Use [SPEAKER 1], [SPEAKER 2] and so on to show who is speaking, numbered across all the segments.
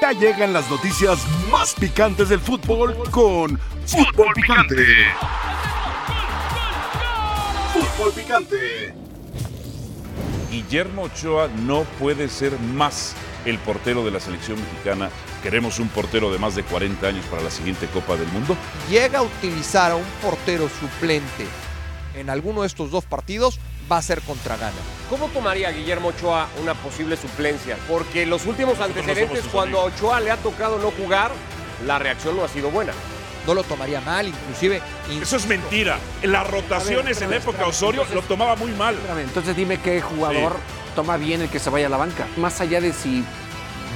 [SPEAKER 1] Ya llegan las noticias más picantes del fútbol con Fútbol Picante. Fútbol Picante.
[SPEAKER 2] Guillermo Ochoa no puede ser más el portero de la selección mexicana. Queremos un portero de más de 40 años para la siguiente Copa del Mundo.
[SPEAKER 3] llega a utilizar a un portero suplente en alguno de estos dos partidos, va a ser contra Gana.
[SPEAKER 4] ¿Cómo tomaría Guillermo Ochoa una posible suplencia? Porque los últimos
[SPEAKER 2] no
[SPEAKER 4] antecedentes,
[SPEAKER 2] somos sus
[SPEAKER 4] cuando a Ochoa le ha tocado no jugar, la reacción no ha sido buena.
[SPEAKER 3] No lo tomaría mal, inclusive. in-
[SPEAKER 5] Eso es mentira. Las rotaciones en la época Osorio lo tomaba muy mal.
[SPEAKER 6] Espérame, Entonces dime qué jugador toma bien el que se vaya a la banca. Más allá de si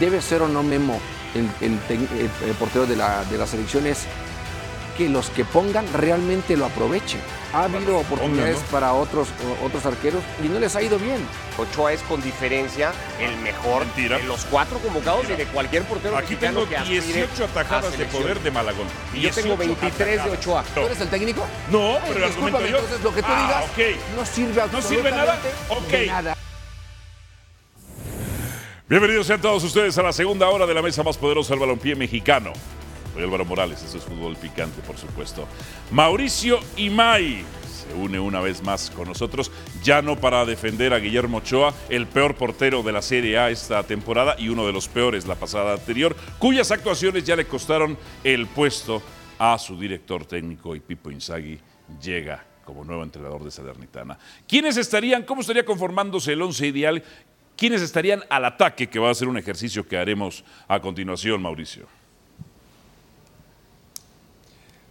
[SPEAKER 6] debe ser o no Memo el, el tec- el- el portero de la, de la selección, es que los que pongan realmente lo aprovechen. Ha habido oportunidades
[SPEAKER 2] pongan, ¿no?
[SPEAKER 6] para otros, o- otros arqueros y no les ha ido bien.
[SPEAKER 4] Ochoa es con diferencia el mejor
[SPEAKER 2] Mentira.
[SPEAKER 4] de los cuatro convocados
[SPEAKER 2] Mentira.
[SPEAKER 4] y de cualquier portero
[SPEAKER 2] Aquí
[SPEAKER 4] mexicano
[SPEAKER 2] tengo
[SPEAKER 4] que aspire
[SPEAKER 2] 18
[SPEAKER 4] a
[SPEAKER 2] atajadas de
[SPEAKER 4] selección.
[SPEAKER 2] poder de Malagón.
[SPEAKER 4] Y yo
[SPEAKER 2] 18
[SPEAKER 4] tengo 23 de
[SPEAKER 2] atajadas.
[SPEAKER 4] Ochoa.
[SPEAKER 2] No.
[SPEAKER 6] ¿Tú eres el técnico?
[SPEAKER 2] No,
[SPEAKER 6] Ay,
[SPEAKER 2] pero el
[SPEAKER 6] discúlpame,
[SPEAKER 2] argumento yo.
[SPEAKER 6] Entonces lo que tú
[SPEAKER 2] Ah,
[SPEAKER 6] digas
[SPEAKER 2] ok.
[SPEAKER 6] no sirve
[SPEAKER 2] ¿No sirve nada?
[SPEAKER 6] absolutamente de
[SPEAKER 2] Ok.
[SPEAKER 6] nada.
[SPEAKER 2] Bienvenidos sean todos ustedes a la segunda hora de la mesa más poderosa del balompié mexicano. Soy Álvaro Morales, esto es fútbol picante, por supuesto. Mauricio Imay se une una vez más con nosotros, ya no para defender a Guillermo Ochoa, el peor portero de la Serie A esta temporada y uno de los peores la pasada anterior, cuyas actuaciones ya le costaron el puesto a su director técnico y Pipo Inzaghi llega como nuevo entrenador de Salernitana. ¿Quiénes estarían, cómo estaría conformándose el once ideal ¿Quiénes estarían al ataque? Que va a ser un ejercicio que haremos a continuación, Mauricio.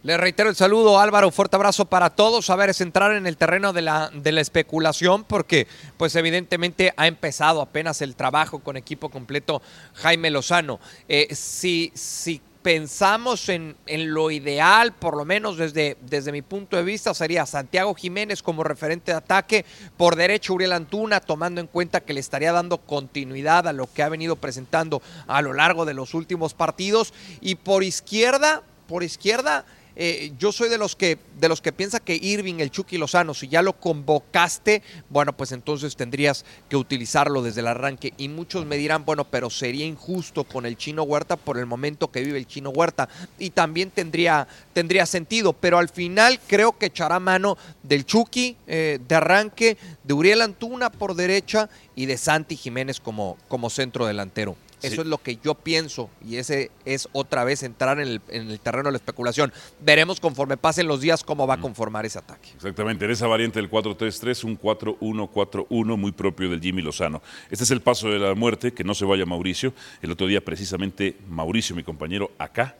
[SPEAKER 3] Le reitero el saludo, Álvaro, fuerte abrazo para todos. A ver, es entrar en el terreno de la, de la especulación porque, pues evidentemente, ha empezado apenas el trabajo con equipo completo Jaime Lozano. Eh, si, si pensamos en, en lo ideal, por lo menos desde, desde mi punto de vista, sería Santiago Jiménez como referente de ataque, por derecho Uriel Antuna, tomando en cuenta que le estaría dando continuidad a lo que ha venido presentando a lo largo de los últimos partidos, y por izquierda, por izquierda, eh, yo soy de los que de los que piensa que Irving, el Chucky Lozano, si ya lo convocaste, bueno, pues entonces tendrías que utilizarlo desde el arranque. Y muchos me dirán, bueno, pero sería injusto con el Chino Huerta por el momento que vive el Chino Huerta. Y también tendría, tendría sentido. Pero al final creo que echará mano del Chucky eh, de arranque, de Uriel Antuna por derecha y de Santi Jiménez como, como centro delantero. Eso
[SPEAKER 2] Sí.
[SPEAKER 3] es lo que yo pienso y ese es otra vez entrar en el, en el terreno de la especulación. Veremos conforme pasen los días cómo
[SPEAKER 2] Mm.
[SPEAKER 3] va a conformar ese ataque.
[SPEAKER 2] Exactamente, en esa variante del 4-3-3, un 4-1-4-1 muy propio del Jimmy Lozano. Este es el paso de la muerte, que no se vaya Mauricio. El otro día, precisamente, Mauricio, mi compañero, acá,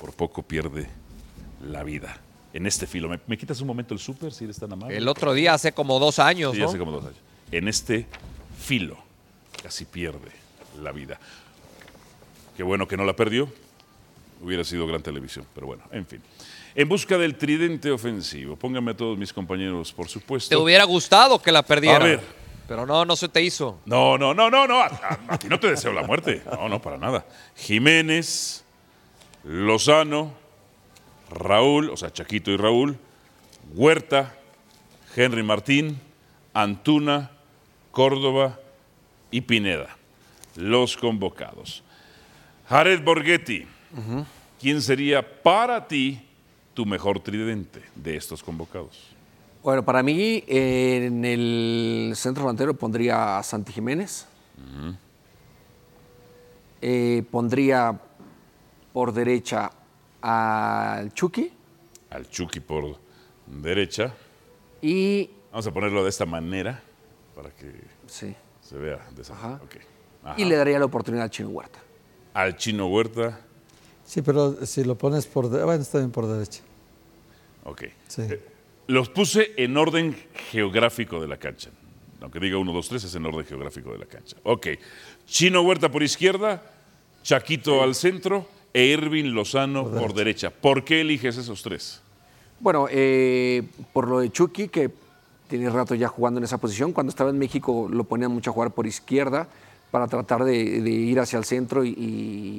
[SPEAKER 2] por poco pierde la vida. En este filo. ¿Me, me quitas un momento el súper, si eres tan amable?
[SPEAKER 3] El otro día, hace como dos años,
[SPEAKER 2] Sí,
[SPEAKER 3] ¿no?
[SPEAKER 2] hace como dos años. En este filo casi pierde la vida. Qué bueno que no la perdió. Hubiera sido gran televisión, pero bueno, en fin. En busca del tridente ofensivo. Pónganme a todos mis compañeros, por supuesto.
[SPEAKER 3] Te hubiera gustado que la perdiera.
[SPEAKER 2] A ver.
[SPEAKER 3] Pero no, no se te hizo.
[SPEAKER 2] No, no, no, no, no. A, a- a ti no te deseo la muerte. No, no, para nada. Jiménez, Lozano, Raúl, o sea, Chaquito y Raúl, Huerta, Henry Martín, Antuna, Córdoba y Pineda. Los convocados. Jared Borghetti, ¿quién sería para ti tu mejor tridente de estos convocados?
[SPEAKER 6] Bueno, para mí eh, en el centro delantero pondría a Santi Jiménez. Eh, pondría por derecha al Chucky
[SPEAKER 2] Al Chucky por derecha.
[SPEAKER 6] y.
[SPEAKER 2] Vamos a ponerlo de esta manera para que
[SPEAKER 6] Sí.
[SPEAKER 2] se vea de esa
[SPEAKER 6] Ajá.
[SPEAKER 2] ok. Ajá.
[SPEAKER 6] Y le daría la oportunidad al Chino Huerta.
[SPEAKER 2] Al chino Huerta,
[SPEAKER 7] Sí, pero si lo pones por derecha, bueno, está bien por derecha.
[SPEAKER 2] ok.
[SPEAKER 7] Sí.
[SPEAKER 2] Eh, los puse en orden geográfico de la cancha. Aunque diga 1, 2, 3, es en orden geográfico de la cancha. Ok. Chino Huerta por izquierda, Chaquito al centro e Irving Lozano por, derecha. ¿Por qué eliges esos tres?
[SPEAKER 6] Bueno, eh, por lo de Chucky, que tiene rato ya jugando en esa posición, cuando estaba en México lo ponían mucho a jugar por izquierda para tratar de, de ir hacia el centro y,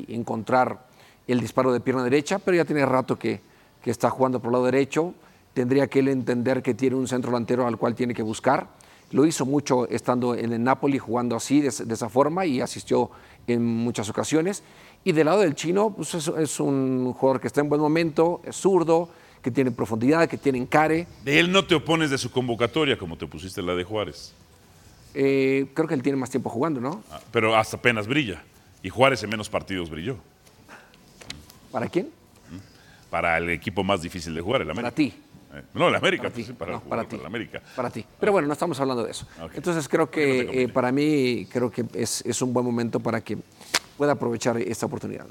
[SPEAKER 6] y encontrar el disparo de pierna derecha, pero ya tiene rato que, que está jugando por el lado derecho. Tendría que él entender que tiene un centro delantero al cual tiene que buscar. Lo hizo mucho estando en el Napoli jugando así, de, esa- de esa forma, y asistió en muchas ocasiones. Y del lado del chino, pues es, es un jugador que está en buen momento, es zurdo, que tiene profundidad, que tiene encare.
[SPEAKER 2] De él no te opones de su convocatoria como te pusiste la de Juárez.
[SPEAKER 6] Eh, creo que él tiene más tiempo jugando, ¿no?
[SPEAKER 2] Ah, Pero hasta apenas brilla. Y Juárez en menos partidos brilló.
[SPEAKER 6] ¿Para quién?
[SPEAKER 2] Para el equipo más difícil de jugar, el América.
[SPEAKER 6] Para ti.
[SPEAKER 2] Eh, No, el América,
[SPEAKER 6] Para
[SPEAKER 2] pues,
[SPEAKER 6] ti,
[SPEAKER 2] sí, para,
[SPEAKER 6] no,
[SPEAKER 2] jugar
[SPEAKER 6] para
[SPEAKER 2] para
[SPEAKER 6] ti.
[SPEAKER 2] el América.
[SPEAKER 6] Para ti. Pero bueno, no estamos hablando de eso.
[SPEAKER 2] Ok.
[SPEAKER 6] Entonces creo
[SPEAKER 2] Porque no te
[SPEAKER 6] que
[SPEAKER 2] conviene.
[SPEAKER 6] eh, para mí creo que es, es un buen momento para que pueda aprovechar esta oportunidad.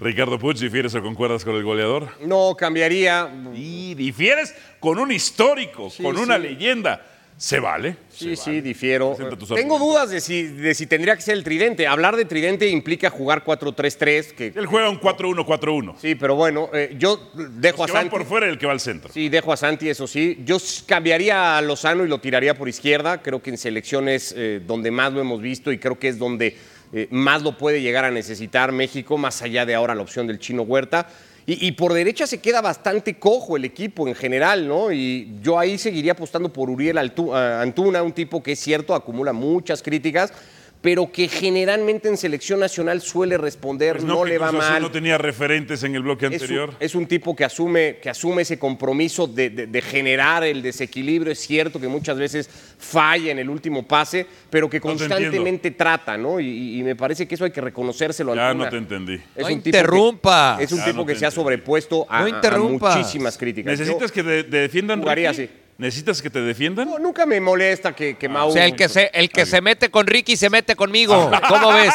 [SPEAKER 2] Ricardo Puig, ¿difieres o concuerdas con el goleador?
[SPEAKER 4] No, cambiaría.
[SPEAKER 2] Y difieres con un histórico, con una
[SPEAKER 4] sí.
[SPEAKER 2] leyenda. ¿Se vale? Se
[SPEAKER 4] Sí, sí,
[SPEAKER 2] vale.
[SPEAKER 4] difiero.
[SPEAKER 2] Presenta tus
[SPEAKER 4] Tengo
[SPEAKER 2] argumentos.
[SPEAKER 4] dudas de si, de si tendría que ser el tridente. Hablar de tridente implica jugar 4-3-3. Que,
[SPEAKER 2] Él juega un 4-1-4-1.
[SPEAKER 4] sí, pero bueno, eh, yo dejo
[SPEAKER 2] Los que
[SPEAKER 4] a
[SPEAKER 2] van
[SPEAKER 4] Santi.
[SPEAKER 2] por fuera y el que va al centro.
[SPEAKER 4] Sí, dejo a Santi, eso sí. Yo s- cambiaría a Lozano y lo tiraría por izquierda. Creo que en selecciones eh, donde más lo hemos visto y creo que es donde eh, más lo puede llegar a necesitar México, más allá de ahora la opción del chino Huerta. Y, y por derecha se queda bastante cojo el equipo en general, ¿no? Y yo ahí seguiría apostando por Uriel Altu- a- Antuna, un tipo que es cierto, acumula muchas críticas, pero que generalmente en selección nacional suele responder,
[SPEAKER 2] Pues
[SPEAKER 4] no,
[SPEAKER 2] que
[SPEAKER 4] le va
[SPEAKER 2] Cruz Azul
[SPEAKER 4] mal.
[SPEAKER 2] No tenía referentes en el bloque
[SPEAKER 4] Es un-
[SPEAKER 2] anterior.
[SPEAKER 4] Es un, tipo que asume, que asume ese compromiso de, de- de generar el desequilibrio. Es cierto que muchas veces falla en el último pase, pero que
[SPEAKER 2] No te
[SPEAKER 4] constantemente trata, ¿no? Y- Y, y me parece que eso hay que reconocérselo. a
[SPEAKER 2] Ya
[SPEAKER 4] Antuna.
[SPEAKER 2] no te entendí.
[SPEAKER 4] Es
[SPEAKER 3] No
[SPEAKER 4] un tipo que-
[SPEAKER 3] interrumpa.
[SPEAKER 4] es un
[SPEAKER 2] Ya
[SPEAKER 4] tipo
[SPEAKER 2] no
[SPEAKER 4] que
[SPEAKER 2] te
[SPEAKER 4] se ha
[SPEAKER 2] entendí.
[SPEAKER 4] sobrepuesto a,
[SPEAKER 3] No
[SPEAKER 4] a- a
[SPEAKER 3] interrumpa.
[SPEAKER 4] muchísimas críticas.
[SPEAKER 2] ¿Necesitas
[SPEAKER 4] Yo-
[SPEAKER 2] que te te defiendan?
[SPEAKER 4] Jugaría
[SPEAKER 2] Ricky?
[SPEAKER 4] así.
[SPEAKER 2] ¿Necesitas que te defiendan? Ah,
[SPEAKER 4] no, nunca me molesta que, que Mau-
[SPEAKER 3] O sea, el que se, el que se mete con Ricky se mete conmigo. ¿Cómo ves?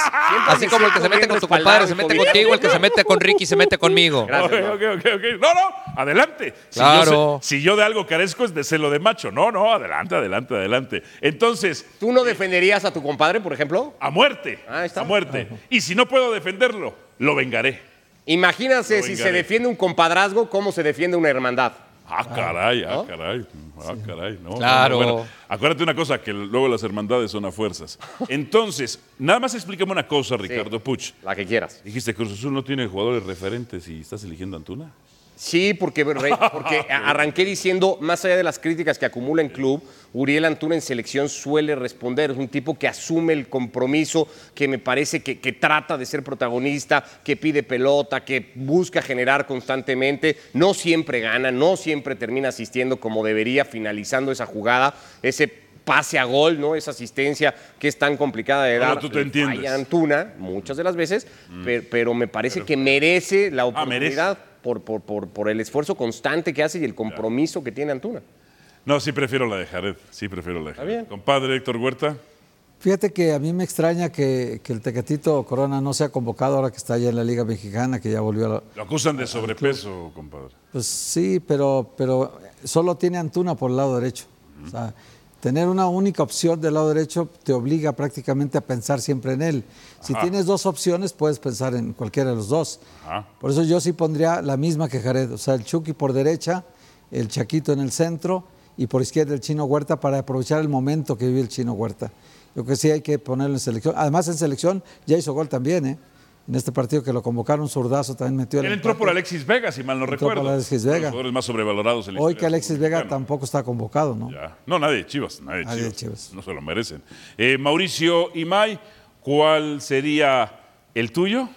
[SPEAKER 3] Así
[SPEAKER 4] me
[SPEAKER 3] como el que se
[SPEAKER 4] siento
[SPEAKER 3] mete con
[SPEAKER 4] bien
[SPEAKER 3] tu
[SPEAKER 4] respaldado
[SPEAKER 3] compadre se
[SPEAKER 4] y
[SPEAKER 3] mete
[SPEAKER 4] cobijado.
[SPEAKER 3] contigo, el que se mete con Ricky se mete conmigo.
[SPEAKER 4] Gracias,
[SPEAKER 2] Ok,
[SPEAKER 4] Mau.
[SPEAKER 2] ok, ok, ok. No, no, adelante. Si, yo
[SPEAKER 3] Claro.
[SPEAKER 2] sé- si yo de algo carezco es de celo de macho. No, no, adelante, adelante, adelante. Entonces,
[SPEAKER 4] ¿Tú no defenderías a tu compadre, por ejemplo?
[SPEAKER 2] a muerte,
[SPEAKER 4] Ah, ahí está.
[SPEAKER 2] a muerte. Y si no puedo defenderlo, lo vengaré.
[SPEAKER 4] Imagínense
[SPEAKER 2] Lo
[SPEAKER 4] si se
[SPEAKER 2] vengaré.
[SPEAKER 4] defiende un compadrazgo, cómo se defiende una hermandad.
[SPEAKER 2] Ah, caray, ah, caray, ah, caray. No, no,
[SPEAKER 3] Claro.
[SPEAKER 2] no, bueno, acuérdate una cosa, que luego las hermandades son a fuerzas. Entonces, nada más explícame una cosa, Ricardo Puch.
[SPEAKER 4] La que quieras.
[SPEAKER 2] Dijiste, Cruz Azul no tiene jugadores referentes y estás eligiendo a Antuna.
[SPEAKER 4] Sí, porque, re- porque a- arranqué diciendo, más allá de las críticas que acumula en club, Uriel Antuna en selección suele responder. Es un tipo que asume el compromiso, que me parece que, que trata de ser protagonista, que pide pelota, que busca generar constantemente. No siempre gana, no siempre termina asistiendo como debería, finalizando esa jugada, ese pase a gol, ¿no? Esa asistencia que es tan complicada de
[SPEAKER 2] Ahora
[SPEAKER 4] dar.
[SPEAKER 2] tú te
[SPEAKER 4] Le
[SPEAKER 2] entiendes.
[SPEAKER 4] falla Antuna muchas de las veces, pe- pero, me parece que merece la
[SPEAKER 2] Mm. Ah, merece.
[SPEAKER 4] oportunidad por, por- por- por el esfuerzo constante que hace y el compromiso que tiene Antuna.
[SPEAKER 2] No, sí prefiero la de Jared, sí prefiero la de Jared.
[SPEAKER 4] bien.
[SPEAKER 2] Compadre Héctor Huerta,
[SPEAKER 7] Fíjate que a mí me extraña que, que el Tecatito Corona no sea convocado ahora que está allá en la Liga Mexicana, que ya volvió a la-
[SPEAKER 2] lo acusan de sobrepeso, compadre.
[SPEAKER 7] Pues sí, pero, pero solo tiene Antuna por el lado derecho. O sea, tener una única opción del lado derecho te obliga prácticamente a pensar siempre en él. Si tienes dos opciones, puedes pensar en cualquiera de los dos.
[SPEAKER 2] Ajá.
[SPEAKER 7] Por eso yo sí pondría la misma que Jared. O sea, el Chucky por derecha, el Chaquito en el centro y por izquierda el Chino Huerta para aprovechar el momento que vive el Chino Huerta. Yo creo que sí hay que ponerlo en selección. Además, en selección ya hizo gol también, ¿eh? En este partido que lo convocaron, zurdazo también metió el
[SPEAKER 2] Él entró
[SPEAKER 7] empate.
[SPEAKER 2] por Alexis Vega, si mal no
[SPEAKER 7] Entró por
[SPEAKER 2] recuerdo.
[SPEAKER 7] Alexis
[SPEAKER 2] Uno de
[SPEAKER 7] Vega.
[SPEAKER 2] Los jugadores más sobrevalorados en la
[SPEAKER 7] Hoy
[SPEAKER 2] historia
[SPEAKER 7] que
[SPEAKER 2] del
[SPEAKER 7] Alexis
[SPEAKER 2] fútbol
[SPEAKER 7] Vega
[SPEAKER 2] mexicano.
[SPEAKER 7] tampoco está convocado, ¿no?
[SPEAKER 2] Ya. No, nadie de Chivas, nadie de
[SPEAKER 7] Nadie de
[SPEAKER 2] Chivas.
[SPEAKER 7] Chivas.
[SPEAKER 2] No se lo merecen. Eh, Mauricio Imay, ¿cuál sería el tuyo?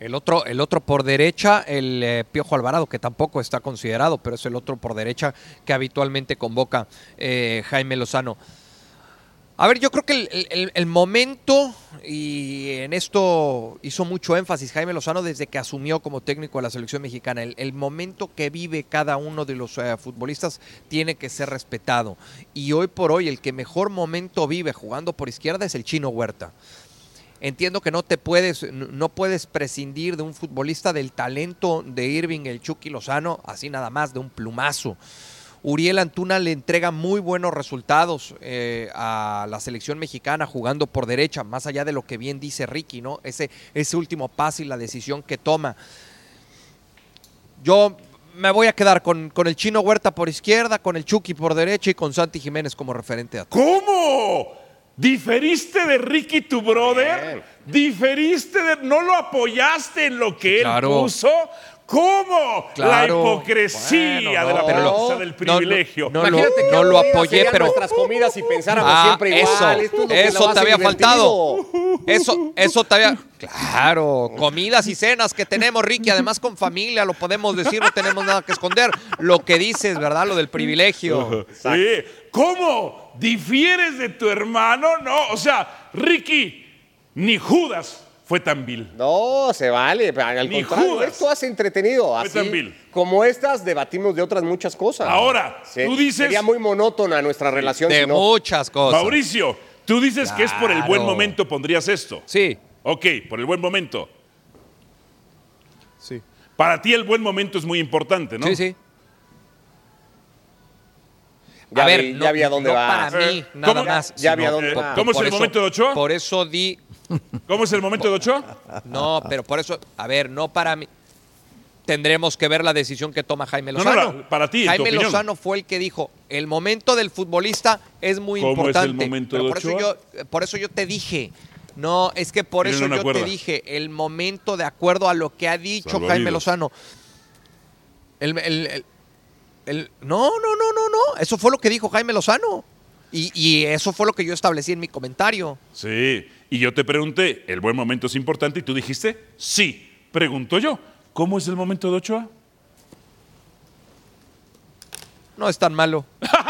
[SPEAKER 3] El otro, el otro por derecha, el eh, Piojo Alvarado, que tampoco está considerado, pero es el otro por derecha que habitualmente convoca eh, Jaime Lozano. A ver, yo creo que el, el- el momento, y en esto hizo mucho énfasis Jaime Lozano desde que asumió como técnico de la selección mexicana, el, el momento que vive cada uno de los eh, futbolistas tiene que ser respetado. Y hoy por hoy el que mejor momento vive jugando por izquierda es el chino Huerta. Entiendo que no te puedes, n- no puedes prescindir de un futbolista del talento de Irving, el Chucky Lozano, así nada más, de un plumazo. Uriel Antuna le entrega muy buenos resultados eh, a la selección mexicana jugando por derecha, más allá de lo que bien dice Ricky, ¿no? Ese, ese último pase y la decisión que toma. Yo me voy a quedar con, con el Chino Huerta por izquierda, con el Chucky por derecha y con Santi Jiménez como referente a
[SPEAKER 2] ¿Cómo? ¿Diferiste de Ricky, tu brother?
[SPEAKER 4] Bien.
[SPEAKER 2] ¿Diferiste de.? ¿No lo apoyaste en lo que él
[SPEAKER 3] Claro.
[SPEAKER 2] puso? ¿Cómo?
[SPEAKER 3] Claro.
[SPEAKER 2] La hipocresía
[SPEAKER 3] Bueno,
[SPEAKER 2] de la
[SPEAKER 3] no, pero lo-
[SPEAKER 2] prensa del
[SPEAKER 3] no, no,
[SPEAKER 2] privilegio.
[SPEAKER 3] no lo-
[SPEAKER 4] Imagínate que
[SPEAKER 3] no
[SPEAKER 4] ahora
[SPEAKER 3] lo
[SPEAKER 4] día
[SPEAKER 3] apoyé,
[SPEAKER 4] serían
[SPEAKER 3] pero-
[SPEAKER 4] nuestras comidas y pensáramos
[SPEAKER 3] Ah,
[SPEAKER 4] siempre
[SPEAKER 3] eso,
[SPEAKER 4] igual. Esto es lo que
[SPEAKER 3] eso
[SPEAKER 4] lo hace
[SPEAKER 3] te había
[SPEAKER 4] divertido.
[SPEAKER 3] faltado. Eso, eso te había. Claro, comidas y cenas que tenemos, Ricky, además con familia, lo podemos decir, no tenemos nada que esconder. Lo que dices, ¿verdad? Lo del privilegio.
[SPEAKER 2] Sí. ¿Cómo? ¿Difieres de tu hermano? No, o sea, Ricky, ni Judas fue tan vil.
[SPEAKER 4] No, se vale. Al
[SPEAKER 2] Ni
[SPEAKER 4] contrario,
[SPEAKER 2] Judas.
[SPEAKER 4] esto hace entretenido.
[SPEAKER 2] Fue tan
[SPEAKER 4] Así,
[SPEAKER 2] vil.
[SPEAKER 4] como estas, debatimos de otras muchas cosas.
[SPEAKER 2] Ahora, tú dices-
[SPEAKER 4] Sería muy monótona nuestra relación.
[SPEAKER 3] De
[SPEAKER 4] si no.
[SPEAKER 3] muchas cosas.
[SPEAKER 2] Mauricio, tú dices que es por el buen
[SPEAKER 3] Claro.
[SPEAKER 2] momento pondrías esto.
[SPEAKER 3] Sí.
[SPEAKER 2] Ok, por el buen momento.
[SPEAKER 3] Sí.
[SPEAKER 2] Para ti el buen momento es muy importante, ¿no?
[SPEAKER 3] Sí, sí.
[SPEAKER 4] Ya
[SPEAKER 3] a ver,
[SPEAKER 4] vi- ya
[SPEAKER 3] no-
[SPEAKER 4] vi a dónde
[SPEAKER 3] no
[SPEAKER 4] vas.
[SPEAKER 3] para mí,
[SPEAKER 2] Eh,
[SPEAKER 3] nada
[SPEAKER 2] ¿cómo?
[SPEAKER 3] más.
[SPEAKER 4] Ya
[SPEAKER 3] sino
[SPEAKER 4] vi a dónde
[SPEAKER 3] por-
[SPEAKER 4] vas.
[SPEAKER 2] ¿Cómo es
[SPEAKER 3] por
[SPEAKER 2] el
[SPEAKER 3] eso-
[SPEAKER 2] momento de Ochoa?
[SPEAKER 3] Por eso di.
[SPEAKER 2] ¿Cómo es el momento de Ochoa?
[SPEAKER 3] No, pero por eso. A ver, no para mí. Tendremos que ver la decisión que toma Jaime
[SPEAKER 2] No, no,
[SPEAKER 3] Lozano.
[SPEAKER 2] la- para ti, en tu
[SPEAKER 3] Jaime
[SPEAKER 2] opinión.
[SPEAKER 3] Lozano fue el que dijo: el momento del futbolista es muy
[SPEAKER 2] ¿Cómo es el
[SPEAKER 3] importante.
[SPEAKER 2] momento
[SPEAKER 3] Pero
[SPEAKER 2] de
[SPEAKER 3] por, eso
[SPEAKER 2] Ochoa?
[SPEAKER 3] yo, por eso yo te dije. No, es que por
[SPEAKER 2] Tienen
[SPEAKER 3] eso
[SPEAKER 2] una
[SPEAKER 3] yo
[SPEAKER 2] cuerda.
[SPEAKER 3] te dije, el momento de acuerdo a lo que ha dicho Jaime
[SPEAKER 2] Salvavidas.
[SPEAKER 3] Lozano. El- el- el- el- no, no, no, no, no. Eso fue lo que dijo Jaime Lozano. Y, y eso fue lo que yo establecí en mi comentario.
[SPEAKER 2] Sí. Y yo te pregunté, ¿el buen momento es importante? Y tú dijiste, sí. Pregunto yo, ¿cómo es el momento de Ochoa?
[SPEAKER 3] No es tan malo.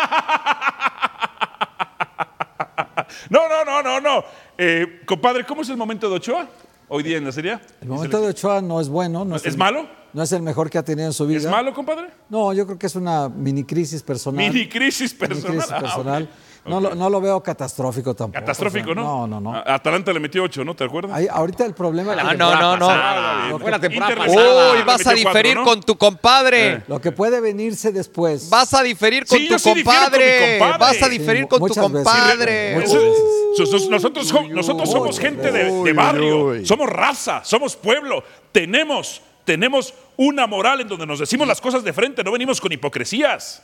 [SPEAKER 2] No, no, no, no, no. Eh, compadre, ¿cómo es el momento de Ochoa hoy día en la serie? A?
[SPEAKER 7] El momento de Ochoa no es bueno. No
[SPEAKER 2] ¿Es
[SPEAKER 7] el-
[SPEAKER 2] malo?
[SPEAKER 7] No es el mejor que ha tenido en su vida.
[SPEAKER 2] ¿Es malo, compadre?
[SPEAKER 7] No, yo creo que es una mini crisis personal.
[SPEAKER 2] Mini crisis
[SPEAKER 7] Mini
[SPEAKER 2] personal.
[SPEAKER 7] crisis
[SPEAKER 2] Ah, ok.
[SPEAKER 7] personal. No,
[SPEAKER 2] Ok.
[SPEAKER 7] lo, no lo veo catastrófico tampoco.
[SPEAKER 2] Catastrófico,
[SPEAKER 7] o sea,
[SPEAKER 2] ¿no?
[SPEAKER 7] No, no, no.
[SPEAKER 2] A- Atalanta le metió 8, ¿no? ¿Te acuerdas?
[SPEAKER 7] Ahí, ahorita el problema...
[SPEAKER 3] Ah,
[SPEAKER 7] que-
[SPEAKER 3] no, no, no.
[SPEAKER 2] Pasada, bien.
[SPEAKER 7] Fue la
[SPEAKER 4] temporada
[SPEAKER 2] Inter le
[SPEAKER 4] pasada.
[SPEAKER 2] metió-
[SPEAKER 3] Uy,
[SPEAKER 2] le
[SPEAKER 3] vas a
[SPEAKER 2] metió cuatro,
[SPEAKER 3] diferir
[SPEAKER 2] ¿no? Eh.
[SPEAKER 3] con tu compadre.
[SPEAKER 7] Lo que puede venirse después.
[SPEAKER 3] Vas a diferir con
[SPEAKER 2] Sí, yo
[SPEAKER 3] tu
[SPEAKER 2] sí difiero con mi
[SPEAKER 3] compadre.
[SPEAKER 2] compadre.
[SPEAKER 3] Vas a
[SPEAKER 2] Sí,
[SPEAKER 3] diferir
[SPEAKER 7] mu-
[SPEAKER 3] con tu
[SPEAKER 7] muchas veces.
[SPEAKER 3] compadre.
[SPEAKER 7] Muchas
[SPEAKER 2] Eso-
[SPEAKER 7] veces.
[SPEAKER 2] so- so- nosotros, so- nosotros somos gente de, de barrio, somos raza, somos pueblo, tenemos, tenemos una moral en donde nos decimos las cosas de frente, no venimos con hipocresías.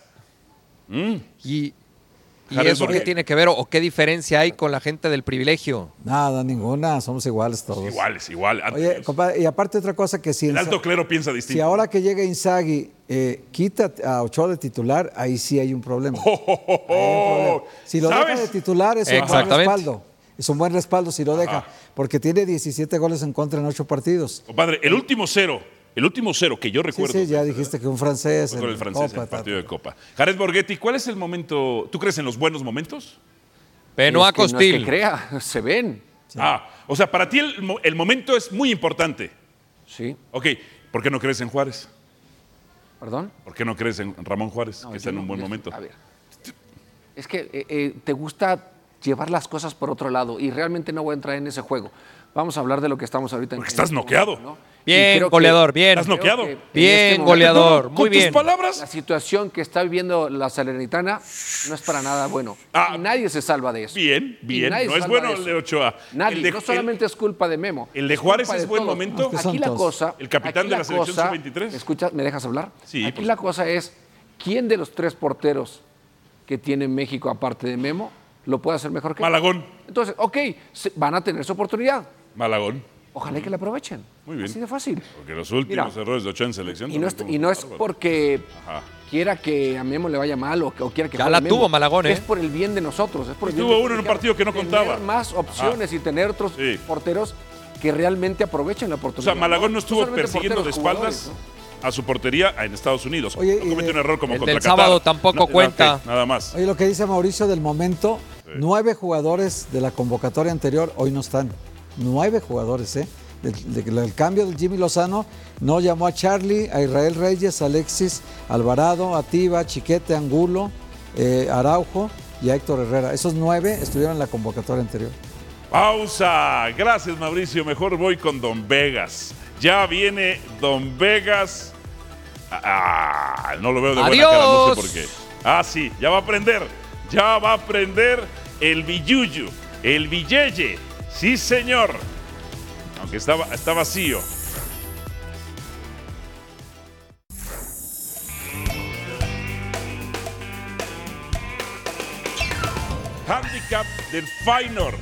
[SPEAKER 2] Mm.
[SPEAKER 3] ¿Y, y
[SPEAKER 2] Jared
[SPEAKER 3] eso qué
[SPEAKER 2] Borghetti.
[SPEAKER 3] tiene que ver o qué diferencia hay con la gente del privilegio?
[SPEAKER 7] Nada, ninguna. Somos iguales todos.
[SPEAKER 2] Igual, es igual. ante
[SPEAKER 7] Oye,
[SPEAKER 2] Dios.
[SPEAKER 7] compadre, y aparte otra cosa que si...
[SPEAKER 2] el
[SPEAKER 7] en-
[SPEAKER 2] alto clero piensa
[SPEAKER 7] Si
[SPEAKER 2] distinto.
[SPEAKER 7] ahora que llega Inzaghi eh, quita a Ochoa de titular, ahí sí hay un problema.
[SPEAKER 2] Oh,
[SPEAKER 7] Si lo deja de
[SPEAKER 2] ¿Sabes?
[SPEAKER 7] titular es un buen
[SPEAKER 3] Exactamente.
[SPEAKER 7] respaldo. Es un buen respaldo si lo deja, porque tiene 17 goles en contra en 8 partidos.
[SPEAKER 2] Compadre, el último cero, el último cero que yo
[SPEAKER 7] Sí,
[SPEAKER 2] recuerdo.
[SPEAKER 7] sí, ya dijiste que un francés.
[SPEAKER 2] fue Pues Con
[SPEAKER 7] en
[SPEAKER 2] el francés en
[SPEAKER 7] Copa,
[SPEAKER 2] el
[SPEAKER 7] ta, ta,
[SPEAKER 2] partido de Copa. Jared Borghetti, ¿cuál es el momento? ¿Tú crees en los buenos momentos?
[SPEAKER 3] Benoit
[SPEAKER 6] Es que No es
[SPEAKER 3] Costil.
[SPEAKER 6] que crea, se ven.
[SPEAKER 2] Ah, o sea, para ti el, mo- el momento es muy importante.
[SPEAKER 6] Sí,
[SPEAKER 2] Ok, ¿por qué no crees en Juárez?
[SPEAKER 6] perdón.
[SPEAKER 2] ¿Por qué no crees en Ramón Juárez,
[SPEAKER 6] No,
[SPEAKER 2] que
[SPEAKER 6] yo
[SPEAKER 2] está en
[SPEAKER 6] no-
[SPEAKER 2] un buen
[SPEAKER 6] yo-
[SPEAKER 2] momento?
[SPEAKER 6] A ver, es que eh, eh, te gusta llevar las cosas por otro lado y realmente no voy a entrar en ese juego. Vamos a hablar de lo que estamos ahorita. en-
[SPEAKER 2] Porque
[SPEAKER 6] en
[SPEAKER 2] estás
[SPEAKER 6] este
[SPEAKER 2] noqueado.
[SPEAKER 6] Y
[SPEAKER 3] Bien,
[SPEAKER 6] creo que-
[SPEAKER 3] goleador, bien.
[SPEAKER 2] Estás noqueado.
[SPEAKER 6] creo que en este
[SPEAKER 3] Bien,
[SPEAKER 6] momento-
[SPEAKER 3] goleador.
[SPEAKER 2] Con
[SPEAKER 3] Muy bien.
[SPEAKER 2] tus palabras,
[SPEAKER 6] La situación que está viviendo la Salernitana no es para nada bueno.
[SPEAKER 2] Ah.
[SPEAKER 6] Y nadie se salva de eso.
[SPEAKER 2] Bien,
[SPEAKER 6] Y
[SPEAKER 2] bien.
[SPEAKER 6] nadie
[SPEAKER 2] No
[SPEAKER 6] se
[SPEAKER 2] es
[SPEAKER 6] salva
[SPEAKER 2] bueno
[SPEAKER 6] de
[SPEAKER 2] el
[SPEAKER 6] eso.
[SPEAKER 2] de Ochoa.
[SPEAKER 6] Nadie.
[SPEAKER 2] El de-
[SPEAKER 6] no solamente es culpa de Memo.
[SPEAKER 2] el de Juárez
[SPEAKER 6] culpa
[SPEAKER 2] es
[SPEAKER 6] de
[SPEAKER 2] buen
[SPEAKER 6] todos.
[SPEAKER 2] momento. Es que
[SPEAKER 7] son
[SPEAKER 6] Aquí la
[SPEAKER 7] todos.
[SPEAKER 6] cosa.
[SPEAKER 2] El capitán
[SPEAKER 6] aquí
[SPEAKER 2] de la
[SPEAKER 6] la
[SPEAKER 2] selección
[SPEAKER 6] cosa-
[SPEAKER 2] sub-23.
[SPEAKER 6] Escucha, ¿me dejas hablar?
[SPEAKER 2] Sí,
[SPEAKER 6] Aquí
[SPEAKER 2] por
[SPEAKER 6] la cosa es: ¿quién de los tres porteros que tiene México, aparte de Memo, lo puede hacer mejor que
[SPEAKER 2] Malagón.
[SPEAKER 6] Entonces, ok, se- van a tener su oportunidad.
[SPEAKER 2] Malagón.
[SPEAKER 6] Ojalá y que la aprovechen.
[SPEAKER 2] Muy bien.
[SPEAKER 6] Así de fácil.
[SPEAKER 2] Porque los últimos
[SPEAKER 6] Mira,
[SPEAKER 2] errores de Ochoa en selección.
[SPEAKER 6] Y no, es,
[SPEAKER 2] también
[SPEAKER 6] y
[SPEAKER 2] fueron
[SPEAKER 6] no es
[SPEAKER 2] bárbaros.
[SPEAKER 6] porque
[SPEAKER 2] Ajá.
[SPEAKER 6] quiera que a Memo le vaya mal o, que- o quiera que
[SPEAKER 3] Ya
[SPEAKER 6] juegue
[SPEAKER 3] la
[SPEAKER 6] Memo.
[SPEAKER 3] tuvo Malagón, ¿eh?
[SPEAKER 6] Es por el bien de nosotros. Es por el bien
[SPEAKER 2] Tuvo
[SPEAKER 6] del
[SPEAKER 2] uno en un
[SPEAKER 6] mexicano.
[SPEAKER 2] partido que no
[SPEAKER 6] Tener
[SPEAKER 2] contaba.
[SPEAKER 6] más opciones y tener otros
[SPEAKER 2] Sí.
[SPEAKER 6] porteros que realmente aprovechen la
[SPEAKER 2] O
[SPEAKER 6] oportunidad.
[SPEAKER 2] sea, Malagón no estuvo
[SPEAKER 6] solamente
[SPEAKER 2] persiguiendo de
[SPEAKER 6] porteros, jugadores,
[SPEAKER 2] espaldas a su portería en Estados Unidos.
[SPEAKER 7] Oye,
[SPEAKER 2] no
[SPEAKER 7] y
[SPEAKER 2] comete
[SPEAKER 7] de-
[SPEAKER 2] un error como
[SPEAKER 3] el
[SPEAKER 2] contra
[SPEAKER 3] del
[SPEAKER 2] Qatar.
[SPEAKER 3] sábado tampoco
[SPEAKER 2] No, no,
[SPEAKER 3] cuenta.
[SPEAKER 2] ok, nada más.
[SPEAKER 7] Oye, lo que dice Mauricio del momento, nueve jugadores de la convocatoria anterior hoy no están. Nueve jugadores, ¿eh? Del, del- del cambio del Jimmy Lozano no llamó a Charlie, a Israel Reyes, a Alexis, Alvarado, Atiba, Chiquete, Angulo, eh, Araujo y a Héctor Herrera. Esos nueve estuvieron en la convocatoria anterior.
[SPEAKER 2] Pausa. Gracias, Mauricio. Mejor voy con Don Vegas. Ya viene Don Vegas. Ah, no lo veo de buena cara, no
[SPEAKER 3] Adiós.
[SPEAKER 2] sé por qué. Ah, sí, ya va a aprender. Ya va a aprender el billuyu, el billeye. Sí, señor. Aunque estaba, está vacío. Handicap del Feyenoord,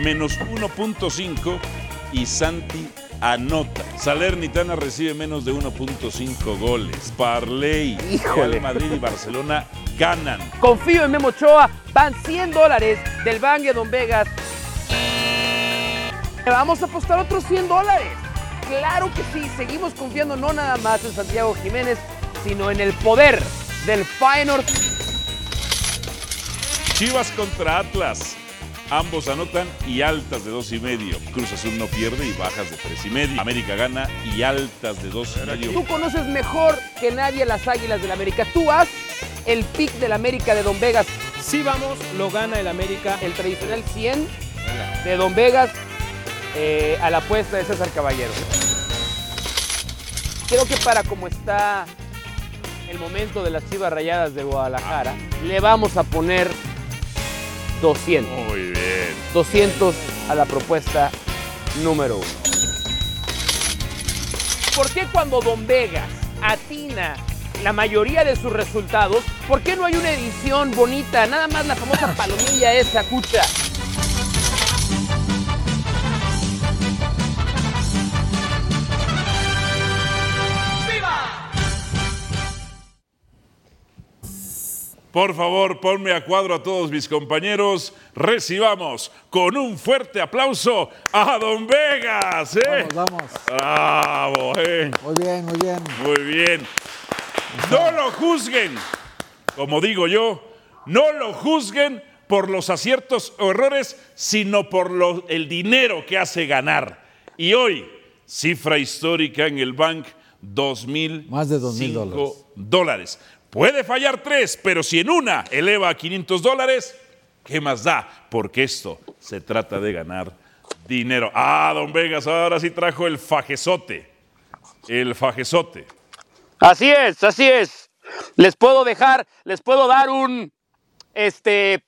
[SPEAKER 2] menos 1.5 y Santi anota. Salernitana recibe menos de 1.5 goles. Parley, Real Madrid y Barcelona ganan.
[SPEAKER 8] Confío en Memo Ochoa. Van 100 dólares del Banque Don Vegas. Le Vamos a apostar otros 100 dólares. Claro que sí. Seguimos confiando no nada más en Santiago Jiménez, sino en el poder del Feyenoord.
[SPEAKER 2] Chivas contra Atlas. Ambos anotan y altas de dos y medio. Cruz Azul no pierde y bajas de tres y medio. América gana y altas de dos y medio.
[SPEAKER 8] Tú conoces mejor que nadie las Águilas del América. Tú haz el pick del América de Don Vegas.
[SPEAKER 9] Si vamos, lo gana el América.
[SPEAKER 8] El tradicional 100 de Don Vegas eh, a la apuesta de César Caballero. Creo que para como está el momento de las Chivas Rayadas de Guadalajara, le vamos a poner 200.
[SPEAKER 2] Muy bien.
[SPEAKER 8] 200 a la propuesta número uno. ¿Por qué cuando Don Vegas atina la mayoría de sus resultados, por qué no hay una edición bonita? Nada más la famosa palomilla esa, cucha.
[SPEAKER 2] Por favor, ponme a cuadro a todos mis compañeros. Recibamos con un fuerte aplauso a Don Vegas. ¿eh?
[SPEAKER 7] Vamos, vamos.
[SPEAKER 2] Bravo, ¿eh?
[SPEAKER 7] Muy bien, muy bien.
[SPEAKER 2] Muy bien. No lo juzguen, como digo yo, no lo juzguen por los aciertos o errores, sino por lo- el dinero que hace ganar. Y hoy, cifra histórica en el bank, 2.000.
[SPEAKER 7] Más de 2,000 dólares.
[SPEAKER 2] dólares. Puede fallar tres, pero si en una eleva a 500 dólares, ¿qué más da? Porque esto se trata de ganar dinero. Ah, don Vegas, ahora sí trajo el fajezote. El fajezote.
[SPEAKER 8] Así es, así es. Les puedo dejar, les puedo dar un este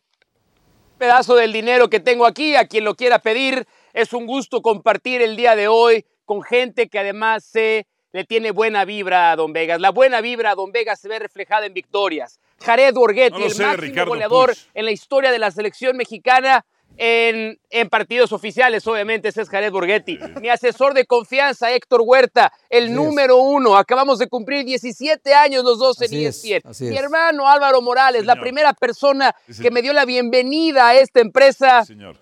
[SPEAKER 8] pedazo del dinero que tengo aquí a quien lo quiera pedir. Es un gusto compartir el día de hoy con gente que además se le tiene buena vibra a Don Vegas. La buena vibra a Don Vegas se ve reflejada en victorias. Jared Borghetti,
[SPEAKER 2] No lo
[SPEAKER 8] el
[SPEAKER 2] sé,
[SPEAKER 8] máximo
[SPEAKER 2] Ricardo
[SPEAKER 8] goleador
[SPEAKER 2] Puch.
[SPEAKER 8] en la historia de la selección mexicana en, en partidos oficiales, obviamente, ese es Jared Borghetti. Mi asesor de confianza, Héctor Huerta, el
[SPEAKER 7] Así es.
[SPEAKER 8] número uno. Acabamos de cumplir 17 años los dos en
[SPEAKER 7] Así es,
[SPEAKER 8] ESPN.
[SPEAKER 7] así
[SPEAKER 8] Mi
[SPEAKER 7] es.
[SPEAKER 8] hermano Álvaro Morales, la
[SPEAKER 2] Señor.
[SPEAKER 8] primera persona
[SPEAKER 2] Sí, señor.
[SPEAKER 8] que me dio la bienvenida a esta empresa.
[SPEAKER 2] Señor.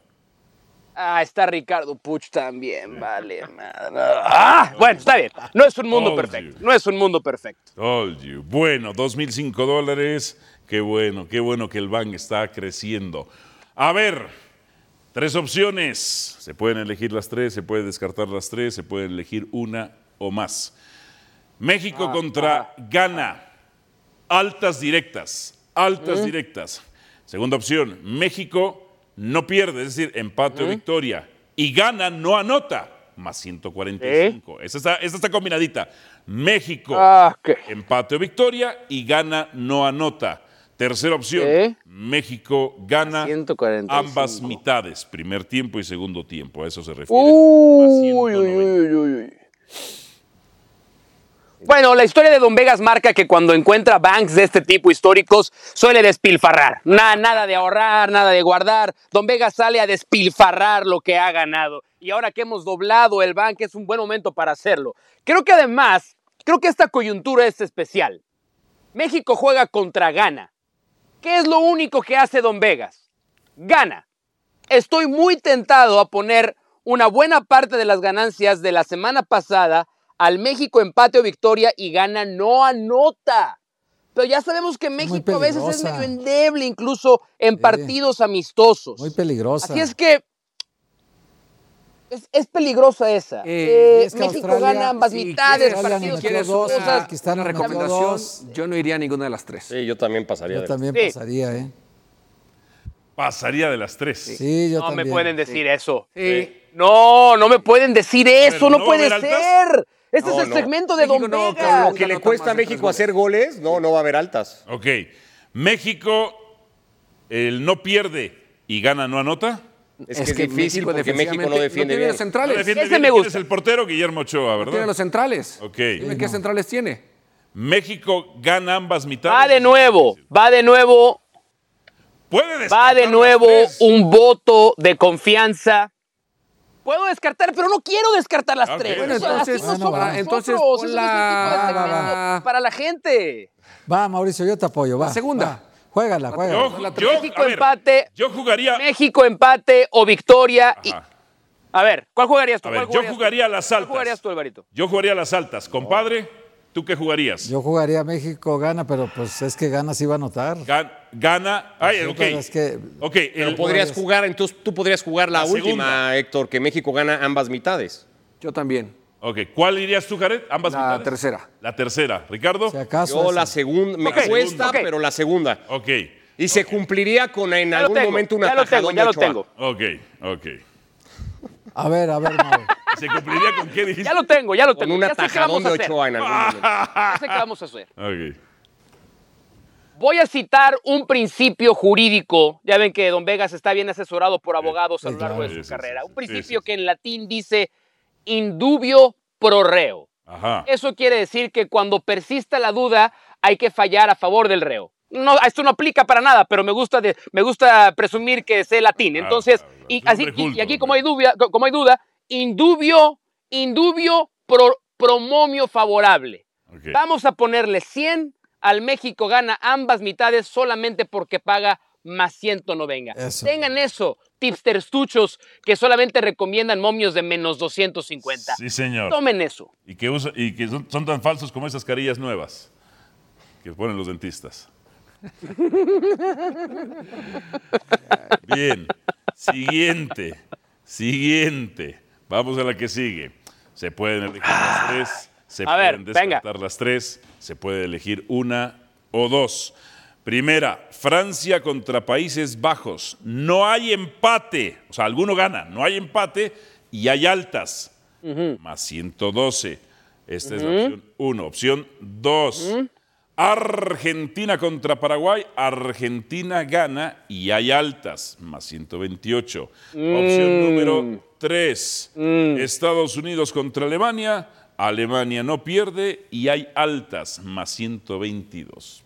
[SPEAKER 8] Ah, está Ricardo Puch también, vale. madre. Ah, bueno, está bien. No es un mundo
[SPEAKER 2] Oh,
[SPEAKER 8] perfecto.
[SPEAKER 2] Dios.
[SPEAKER 8] No es un mundo perfecto.
[SPEAKER 2] Told you. Bueno, 2.005 dólares. Qué bueno, qué bueno que el ban está creciendo. A ver, tres opciones. Se pueden elegir las tres, se puede descartar las tres, se puede elegir una o más.
[SPEAKER 8] Ah,
[SPEAKER 2] México contra Ghana. Altas directas, altas
[SPEAKER 8] Mm.
[SPEAKER 2] directas. Segunda opción, México no pierde, es decir, empate o victoria. Y Ghana no anota, más 145. Esta, está, esta está combinadita. México
[SPEAKER 8] Ah, ok.
[SPEAKER 2] empate o victoria y gana no anota. Tercera opción,
[SPEAKER 8] ¿Eh?
[SPEAKER 2] México gana
[SPEAKER 8] 145.
[SPEAKER 2] ambas mitades, primer tiempo y segundo tiempo, a eso se refiere.
[SPEAKER 8] Uy,
[SPEAKER 2] Más
[SPEAKER 8] uy,
[SPEAKER 2] 190.
[SPEAKER 8] uy, uy, uy. Bueno, la historia de Don Vegas marca que cuando encuentra banks de este tipo históricos suele despilfarrar. Na- nada de ahorrar, nada de guardar. Don Vegas sale a despilfarrar lo que ha ganado. Y ahora que hemos doblado el bank es un buen momento para hacerlo. Creo que además, creo que esta coyuntura es especial. México juega contra Ghana. ¿Qué es lo único que hace Don Vegas? Gana. Estoy muy tentado a poner una buena parte de las ganancias de la semana pasada al México empate o victoria y gana no anota. Pero ya sabemos que
[SPEAKER 7] muy
[SPEAKER 8] México a veces es
[SPEAKER 7] peligrosa.
[SPEAKER 8] medio endeble, incluso en
[SPEAKER 7] Sí.
[SPEAKER 8] partidos amistosos.
[SPEAKER 7] Muy peligrosa.
[SPEAKER 8] Así es que es, es peligrosa esa.
[SPEAKER 7] Eh,
[SPEAKER 8] Eh,
[SPEAKER 7] es que
[SPEAKER 8] México
[SPEAKER 7] Australia-
[SPEAKER 8] gana ambas
[SPEAKER 6] sí,
[SPEAKER 8] mitades,
[SPEAKER 7] Australia
[SPEAKER 8] partidos
[SPEAKER 7] metió
[SPEAKER 6] ¿Quieres
[SPEAKER 7] dos,
[SPEAKER 8] amistosos.
[SPEAKER 6] una,
[SPEAKER 7] Pakistán
[SPEAKER 6] una
[SPEAKER 7] metió
[SPEAKER 6] recomendación?
[SPEAKER 7] dos.
[SPEAKER 6] Yo no iría a ninguna de las tres.
[SPEAKER 4] Sí, yo también pasaría.
[SPEAKER 7] Yo
[SPEAKER 4] de-
[SPEAKER 7] también
[SPEAKER 8] Sí.
[SPEAKER 7] pasaría, ¿eh?
[SPEAKER 2] Pasaría de las tres.
[SPEAKER 7] Sí, yo
[SPEAKER 8] no
[SPEAKER 7] también.
[SPEAKER 8] me pueden decir eso.
[SPEAKER 6] Sí.
[SPEAKER 8] No, no me pueden decir eso,
[SPEAKER 2] Pero
[SPEAKER 8] no,
[SPEAKER 2] no,
[SPEAKER 8] puede
[SPEAKER 2] Veraltas.
[SPEAKER 8] ser. Este
[SPEAKER 4] No,
[SPEAKER 8] es el
[SPEAKER 4] no.
[SPEAKER 8] segmento de
[SPEAKER 6] México
[SPEAKER 8] Don
[SPEAKER 6] no,
[SPEAKER 8] Vegas.
[SPEAKER 6] cabrón.
[SPEAKER 4] Lo que le
[SPEAKER 6] Anota
[SPEAKER 4] cuesta a
[SPEAKER 6] más de
[SPEAKER 4] México
[SPEAKER 6] tres
[SPEAKER 4] hacer goles, no, no Uh, va a haber altas.
[SPEAKER 2] Ok, México el no pierde y gana no anota.
[SPEAKER 4] Es, que, es difícil porque México no
[SPEAKER 6] defensivamente
[SPEAKER 4] defiende
[SPEAKER 6] tiene
[SPEAKER 4] bien.
[SPEAKER 6] los centrales.
[SPEAKER 2] No defiende
[SPEAKER 8] Ese
[SPEAKER 2] bien.
[SPEAKER 8] me
[SPEAKER 2] ¿Quién
[SPEAKER 8] gusta.
[SPEAKER 2] Es el portero Guillermo Ochoa,
[SPEAKER 6] No tiene
[SPEAKER 2] ¿verdad?
[SPEAKER 6] los centrales.
[SPEAKER 2] Ok.
[SPEAKER 6] Dime qué centrales tiene.
[SPEAKER 2] México gana ambas mitades.
[SPEAKER 8] Va de nuevo, va de nuevo,
[SPEAKER 2] Puede
[SPEAKER 8] va
[SPEAKER 2] descartar
[SPEAKER 8] de
[SPEAKER 2] las
[SPEAKER 8] nuevo
[SPEAKER 2] tres.
[SPEAKER 8] un voto de confianza Puedo descartar, pero no quiero descartar las
[SPEAKER 2] Ok.
[SPEAKER 8] tres.
[SPEAKER 2] Bueno,
[SPEAKER 8] Eso, así
[SPEAKER 6] entonces-
[SPEAKER 8] no
[SPEAKER 7] Ah, no,
[SPEAKER 8] somos
[SPEAKER 7] va.
[SPEAKER 6] Entonces,
[SPEAKER 8] nosotros, eso es un
[SPEAKER 6] hola.
[SPEAKER 8] equipo
[SPEAKER 6] Va,
[SPEAKER 8] de
[SPEAKER 6] va,
[SPEAKER 8] segmento
[SPEAKER 6] va.
[SPEAKER 8] para la gente.
[SPEAKER 7] Va, Mauricio, yo te apoyo. Va.
[SPEAKER 6] La segunda.
[SPEAKER 7] va. Juégala, juégala.
[SPEAKER 2] Yo,
[SPEAKER 6] La-
[SPEAKER 2] yo-
[SPEAKER 8] México
[SPEAKER 2] a ver,
[SPEAKER 8] empate.
[SPEAKER 2] Yo jugaría.
[SPEAKER 8] México empate o victoria. y-
[SPEAKER 2] Ajá.
[SPEAKER 8] a ver, ¿cuál jugarías tú?
[SPEAKER 2] A ver,
[SPEAKER 8] ¿Cuál
[SPEAKER 2] yo
[SPEAKER 8] jugarías tú?
[SPEAKER 2] jugaría las
[SPEAKER 8] ¿Cuál
[SPEAKER 2] altas.
[SPEAKER 8] jugarías tú, Alvarito?
[SPEAKER 2] Yo jugaría las altas. Compadre, ¿tú qué jugarías?
[SPEAKER 7] Yo jugaría México gana, pero pues es que gana sí va a anotar.
[SPEAKER 2] Gan- Gana. Ay,
[SPEAKER 7] Sí,
[SPEAKER 2] ok.
[SPEAKER 7] pero es que-
[SPEAKER 2] Ok,
[SPEAKER 4] Pero
[SPEAKER 2] el-
[SPEAKER 4] podrías jugar, entonces tú podrías jugar
[SPEAKER 2] La
[SPEAKER 4] la, última,
[SPEAKER 2] segunda.
[SPEAKER 4] Héctor, que México gana ambas mitades.
[SPEAKER 6] Yo también.
[SPEAKER 2] ok, ¿cuál irías tú, Jared? Ambas
[SPEAKER 6] La
[SPEAKER 2] mitades.
[SPEAKER 6] tercera.
[SPEAKER 2] La tercera. ¿Ricardo?
[SPEAKER 7] Si acaso.
[SPEAKER 4] Yo
[SPEAKER 7] eso.
[SPEAKER 4] la segunda, me
[SPEAKER 8] Ok.
[SPEAKER 4] cuesta,
[SPEAKER 8] Ok.
[SPEAKER 4] pero la segunda.
[SPEAKER 2] Ok,
[SPEAKER 4] Y se cumpliría con en
[SPEAKER 8] Ya lo
[SPEAKER 4] algún
[SPEAKER 8] tengo,
[SPEAKER 4] momento una
[SPEAKER 8] ya lo tengo, ya lo tengo.
[SPEAKER 2] ok, ok.
[SPEAKER 7] A ver, a ver, Mau.
[SPEAKER 2] ¿Se cumpliría con qué dijiste?
[SPEAKER 8] Ya lo tengo, ya lo
[SPEAKER 4] Con
[SPEAKER 8] tengo.
[SPEAKER 4] un
[SPEAKER 8] ya sé qué
[SPEAKER 4] atajadón
[SPEAKER 8] vamos a
[SPEAKER 4] de
[SPEAKER 8] hacer.
[SPEAKER 4] Ochoa en algún
[SPEAKER 2] Ah,
[SPEAKER 4] momento.
[SPEAKER 8] Ya sé qué vamos a hacer.
[SPEAKER 2] Ok.
[SPEAKER 8] Voy a citar un principio jurídico. Ya ven que Don Vegas está bien asesorado por abogados a lo
[SPEAKER 7] sí,
[SPEAKER 8] largo de
[SPEAKER 2] claro.
[SPEAKER 8] su
[SPEAKER 2] Sí, sí,
[SPEAKER 8] carrera.
[SPEAKER 2] sí,
[SPEAKER 8] un
[SPEAKER 2] sí,
[SPEAKER 8] principio
[SPEAKER 2] sí, sí.
[SPEAKER 8] que en latín dice indubio pro reo.
[SPEAKER 2] Ajá.
[SPEAKER 8] Eso quiere decir que cuando persista la duda hay que fallar a favor del reo. No, esto no aplica para nada, pero me gusta, de- me gusta presumir que sé latín.
[SPEAKER 2] Claro,
[SPEAKER 8] Entonces,
[SPEAKER 2] claro, claro.
[SPEAKER 8] y,
[SPEAKER 2] Es un
[SPEAKER 8] así- y-
[SPEAKER 2] reculto,
[SPEAKER 8] y aquí
[SPEAKER 2] hombre.
[SPEAKER 8] como hay, dubia- co- como hay duda, indubio, indubio pro- promomio favorable.
[SPEAKER 2] ok.
[SPEAKER 8] Vamos a ponerle 100 al México gana ambas mitades solamente porque paga más 190.
[SPEAKER 7] Eso.
[SPEAKER 8] Tengan eso, tipsterstuchos que solamente recomiendan momios de menos 250.
[SPEAKER 2] Sí, señor.
[SPEAKER 8] Tomen eso.
[SPEAKER 2] Y que, usa- y que son, son tan falsos como esas carillas nuevas que ponen los dentistas. Bien. Siguiente. Siguiente. Vamos a la que sigue. Se pueden elegir las tres. Se
[SPEAKER 8] Ah. A ver,
[SPEAKER 2] pueden
[SPEAKER 8] venga.
[SPEAKER 2] descartar las tres. Se puede elegir una o dos. Primera, Francia contra Países Bajos. No hay empate. O sea, alguno gana. No hay empate y hay altas más 112. Esta es la opción 1. Opción 2. Argentina contra Paraguay. Argentina gana y hay altas, más 128. Opción
[SPEAKER 8] Mm.
[SPEAKER 2] número 3. Estados Unidos contra Alemania. Alemania no pierde y hay altas, más 122.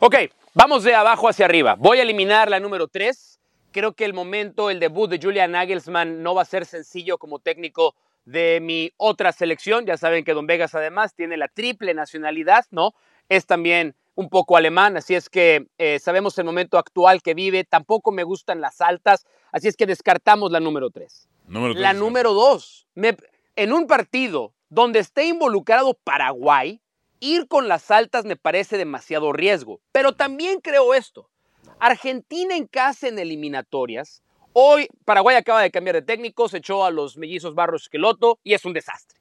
[SPEAKER 8] Ok, vamos de abajo hacia arriba. Voy a eliminar la número 3. Creo que el momento, el debut de Julian Nagelsmann no va a ser sencillo como técnico de mi otra selección. Ya saben que Don Vegas además tiene la triple nacionalidad, ¿no? Es también un poco alemán, así es que eh, sabemos el momento actual que vive. Tampoco me gustan las altas, así es que descartamos la número 3.
[SPEAKER 2] Número
[SPEAKER 8] La
[SPEAKER 2] tres.
[SPEAKER 8] número dos, me- en un partido donde esté involucrado Paraguay, ir con las altas me parece demasiado riesgo. Pero también creo esto. Argentina en casa en eliminatorias. Hoy Paraguay acaba de cambiar de técnico, se echó a los mellizos Barros Esqueloto y es un desastre.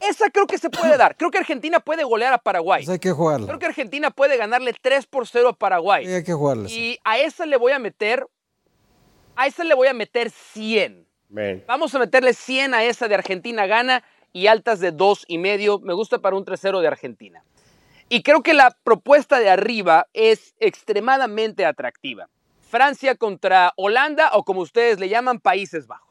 [SPEAKER 8] Esa creo que se puede dar. Creo que Argentina puede golear a Paraguay.
[SPEAKER 7] Pues hay que jugarla.
[SPEAKER 8] Creo que Argentina puede ganarle 3 por 0 a Paraguay.
[SPEAKER 7] Sí, hay que jugarla. sí.
[SPEAKER 8] Y a esa le voy a meter. A esa le voy a meter 100.
[SPEAKER 4] Ven.
[SPEAKER 8] Vamos a meterle 100 a esa de Argentina gana y altas de 2 y medio. Me gusta para un 3-0 de Argentina. Y creo que la propuesta de arriba es extremadamente atractiva. Francia contra Holanda o como ustedes le llaman Países Bajos.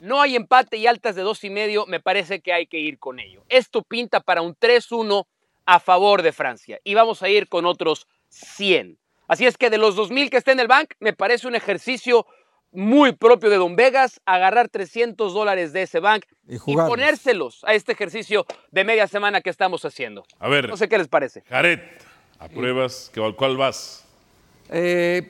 [SPEAKER 8] No hay empate y altas de 2 y medio. Me parece que hay que ir con ello. Esto pinta para un 3-1 a favor de Francia. Y vamos a ir con otros 100. Así es que de los 2.000 que esté en el bank, me parece un ejercicio muy propio de Don Vegas, agarrar 300 dólares de ese bank
[SPEAKER 7] Y
[SPEAKER 8] y,
[SPEAKER 7] jugarlos.
[SPEAKER 8] ponérselos a este ejercicio de media semana que estamos haciendo.
[SPEAKER 2] A ver,
[SPEAKER 8] No sé qué les parece.
[SPEAKER 2] Jared, ¿apruebas? ¿Cuál, ¿Cuál vas?
[SPEAKER 6] Eh,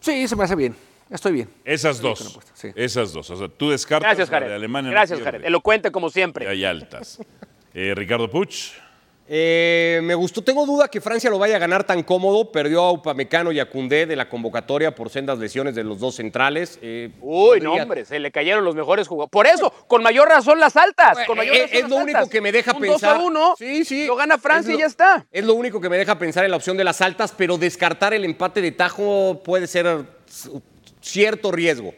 [SPEAKER 6] sí, se me hace bien. Estoy bien.
[SPEAKER 2] Esas dos.
[SPEAKER 6] con apuesta, sí.
[SPEAKER 2] Esas dos. O sea, tú descartas
[SPEAKER 8] Gracias,
[SPEAKER 2] la de
[SPEAKER 8] Jared.
[SPEAKER 2] Alemania. no
[SPEAKER 8] Gracias,
[SPEAKER 2] pierde.
[SPEAKER 8] Jared. Elocuente como
[SPEAKER 2] Y
[SPEAKER 8] siempre.
[SPEAKER 2] hay altas. Eh, Ricardo Puch.
[SPEAKER 4] Eh, me gustó, tengo duda que Francia lo vaya a ganar tan cómodo. Perdió a Upamecano y a Cundé de la convocatoria por sendas lesiones de los dos centrales. Eh,
[SPEAKER 8] Uy,
[SPEAKER 4] podría-
[SPEAKER 8] no, hombre, se le cayeron los mejores jugadores. Por eso, con mayor razón las altas. Con mayor
[SPEAKER 4] Eh,
[SPEAKER 8] razón
[SPEAKER 4] es
[SPEAKER 8] las
[SPEAKER 4] lo único
[SPEAKER 8] altas.
[SPEAKER 4] que me deja
[SPEAKER 8] Un
[SPEAKER 4] pensar.
[SPEAKER 8] 2 a 1.
[SPEAKER 4] Sí, sí.
[SPEAKER 8] Lo gana Francia y
[SPEAKER 4] Es lo-
[SPEAKER 8] ya está.
[SPEAKER 4] Es lo único que me deja pensar en la opción de las altas, pero descartar el empate de Tajo puede ser su- cierto riesgo.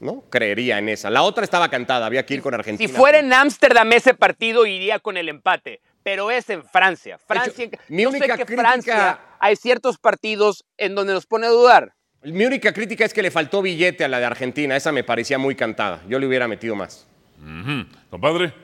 [SPEAKER 4] ¿No? Creería en esa. La otra estaba cantada, había que ir con
[SPEAKER 8] Si
[SPEAKER 4] Argentina.
[SPEAKER 8] fuera en Ámsterdam ese partido iría con el empate, pero es en Francia. Francia,
[SPEAKER 4] hecho, mi
[SPEAKER 8] yo
[SPEAKER 4] única
[SPEAKER 8] sé que
[SPEAKER 4] crítica-
[SPEAKER 8] Francia hay ciertos partidos en donde nos pone a dudar.
[SPEAKER 4] Mi única crítica es que le faltó billete a la de Argentina. Esa me parecía muy cantada. Yo le hubiera metido más.
[SPEAKER 2] Compadre.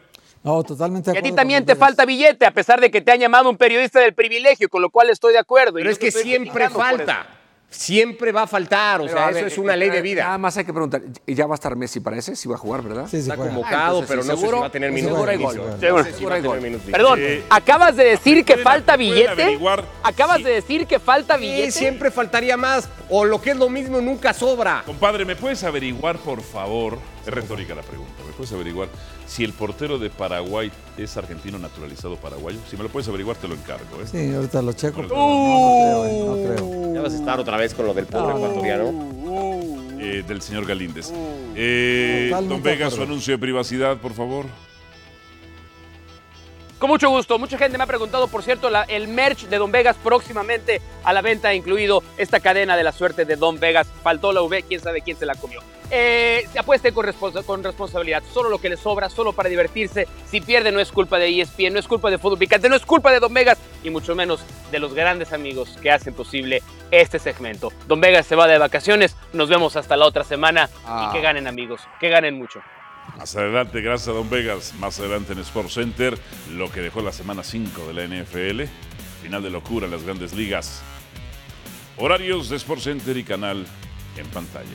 [SPEAKER 7] No, totalmente. de
[SPEAKER 8] Y a ti
[SPEAKER 7] acuerdo
[SPEAKER 8] también
[SPEAKER 7] con
[SPEAKER 8] te
[SPEAKER 7] Vegas.
[SPEAKER 8] falta billete, a pesar de que te han llamado un periodista del privilegio, con lo cual estoy de acuerdo. y
[SPEAKER 4] Pero
[SPEAKER 8] yo
[SPEAKER 4] es
[SPEAKER 8] te
[SPEAKER 4] que
[SPEAKER 8] estoy
[SPEAKER 4] siempre
[SPEAKER 8] criticando por
[SPEAKER 4] falta.
[SPEAKER 8] eso.
[SPEAKER 4] siempre va a faltar. O
[SPEAKER 6] Pero,
[SPEAKER 4] sea,
[SPEAKER 6] a
[SPEAKER 4] eso
[SPEAKER 6] ver,
[SPEAKER 4] es una
[SPEAKER 6] eh,
[SPEAKER 4] ley de
[SPEAKER 6] eh, Nada
[SPEAKER 4] vida.
[SPEAKER 6] más hay que preguntar, ¿ya va a estar Messi para ese? Si va a jugar, ¿verdad? Ah,
[SPEAKER 7] Sí, sí,
[SPEAKER 4] Está
[SPEAKER 7] juega.
[SPEAKER 4] convocado,
[SPEAKER 6] entonces,
[SPEAKER 4] pero
[SPEAKER 6] sí,
[SPEAKER 4] no sé si
[SPEAKER 6] seguro-
[SPEAKER 4] va a tener
[SPEAKER 6] seguro
[SPEAKER 4] minutos.
[SPEAKER 6] hay gol.
[SPEAKER 4] Listo.
[SPEAKER 8] Seguro.
[SPEAKER 4] No sé si va a tener minutos.
[SPEAKER 8] Perdón,
[SPEAKER 2] Eh,
[SPEAKER 8] acabas de decir que
[SPEAKER 2] pueden-
[SPEAKER 8] falta
[SPEAKER 2] pueden
[SPEAKER 8] billete.
[SPEAKER 2] averiguar
[SPEAKER 8] Acabas
[SPEAKER 2] si-
[SPEAKER 8] de decir que falta
[SPEAKER 4] Sí,
[SPEAKER 8] billete.
[SPEAKER 4] siempre faltaría más. O lo que es lo mismo, nunca sobra.
[SPEAKER 2] Compadre, ¿me puedes averiguar, por favor? Es retórica la pregunta. ¿Me puedes averiguar si el portero de Paraguay es argentino naturalizado paraguayo? Si me lo puedes averiguar, te lo encargo. ¿eh?
[SPEAKER 7] Sí, ahorita lo checo. pero no, no creo, eh, no creo.
[SPEAKER 4] Ya vas a estar otra vez con lo del pobre ecuatoriano.
[SPEAKER 2] Eh, del señor Galíndez. Eh,
[SPEAKER 7] Totalmente
[SPEAKER 2] don Vega,
[SPEAKER 7] acuerdo.
[SPEAKER 2] su anuncio de privacidad, por favor.
[SPEAKER 8] Con mucho gusto. Mucha gente me ha preguntado, por cierto, la- el merch de Don Vegas próximamente a la venta, incluido esta cadena de la suerte de Don Vegas. Faltó la V, quién sabe quién se la comió. Eh, apuesten con, responsa- con responsabilidad. Solo lo que les sobra, solo para divertirse. Si pierden, no es culpa de E ESPN, no es culpa de Fútbol Picante, no es culpa de Don Vegas y mucho menos de los grandes amigos que hacen posible este segmento. Don Vegas se va de vacaciones. Nos vemos hasta la otra semana.
[SPEAKER 6] Ah.
[SPEAKER 8] Y que ganen, amigos. Que ganen mucho.
[SPEAKER 2] Más adelante, gracias a Don Vegas. Más adelante en Sports Center, lo que dejó la semana 5 de la NFL. Final de locura en las grandes ligas. Horarios de Sports Center y canal en pantalla.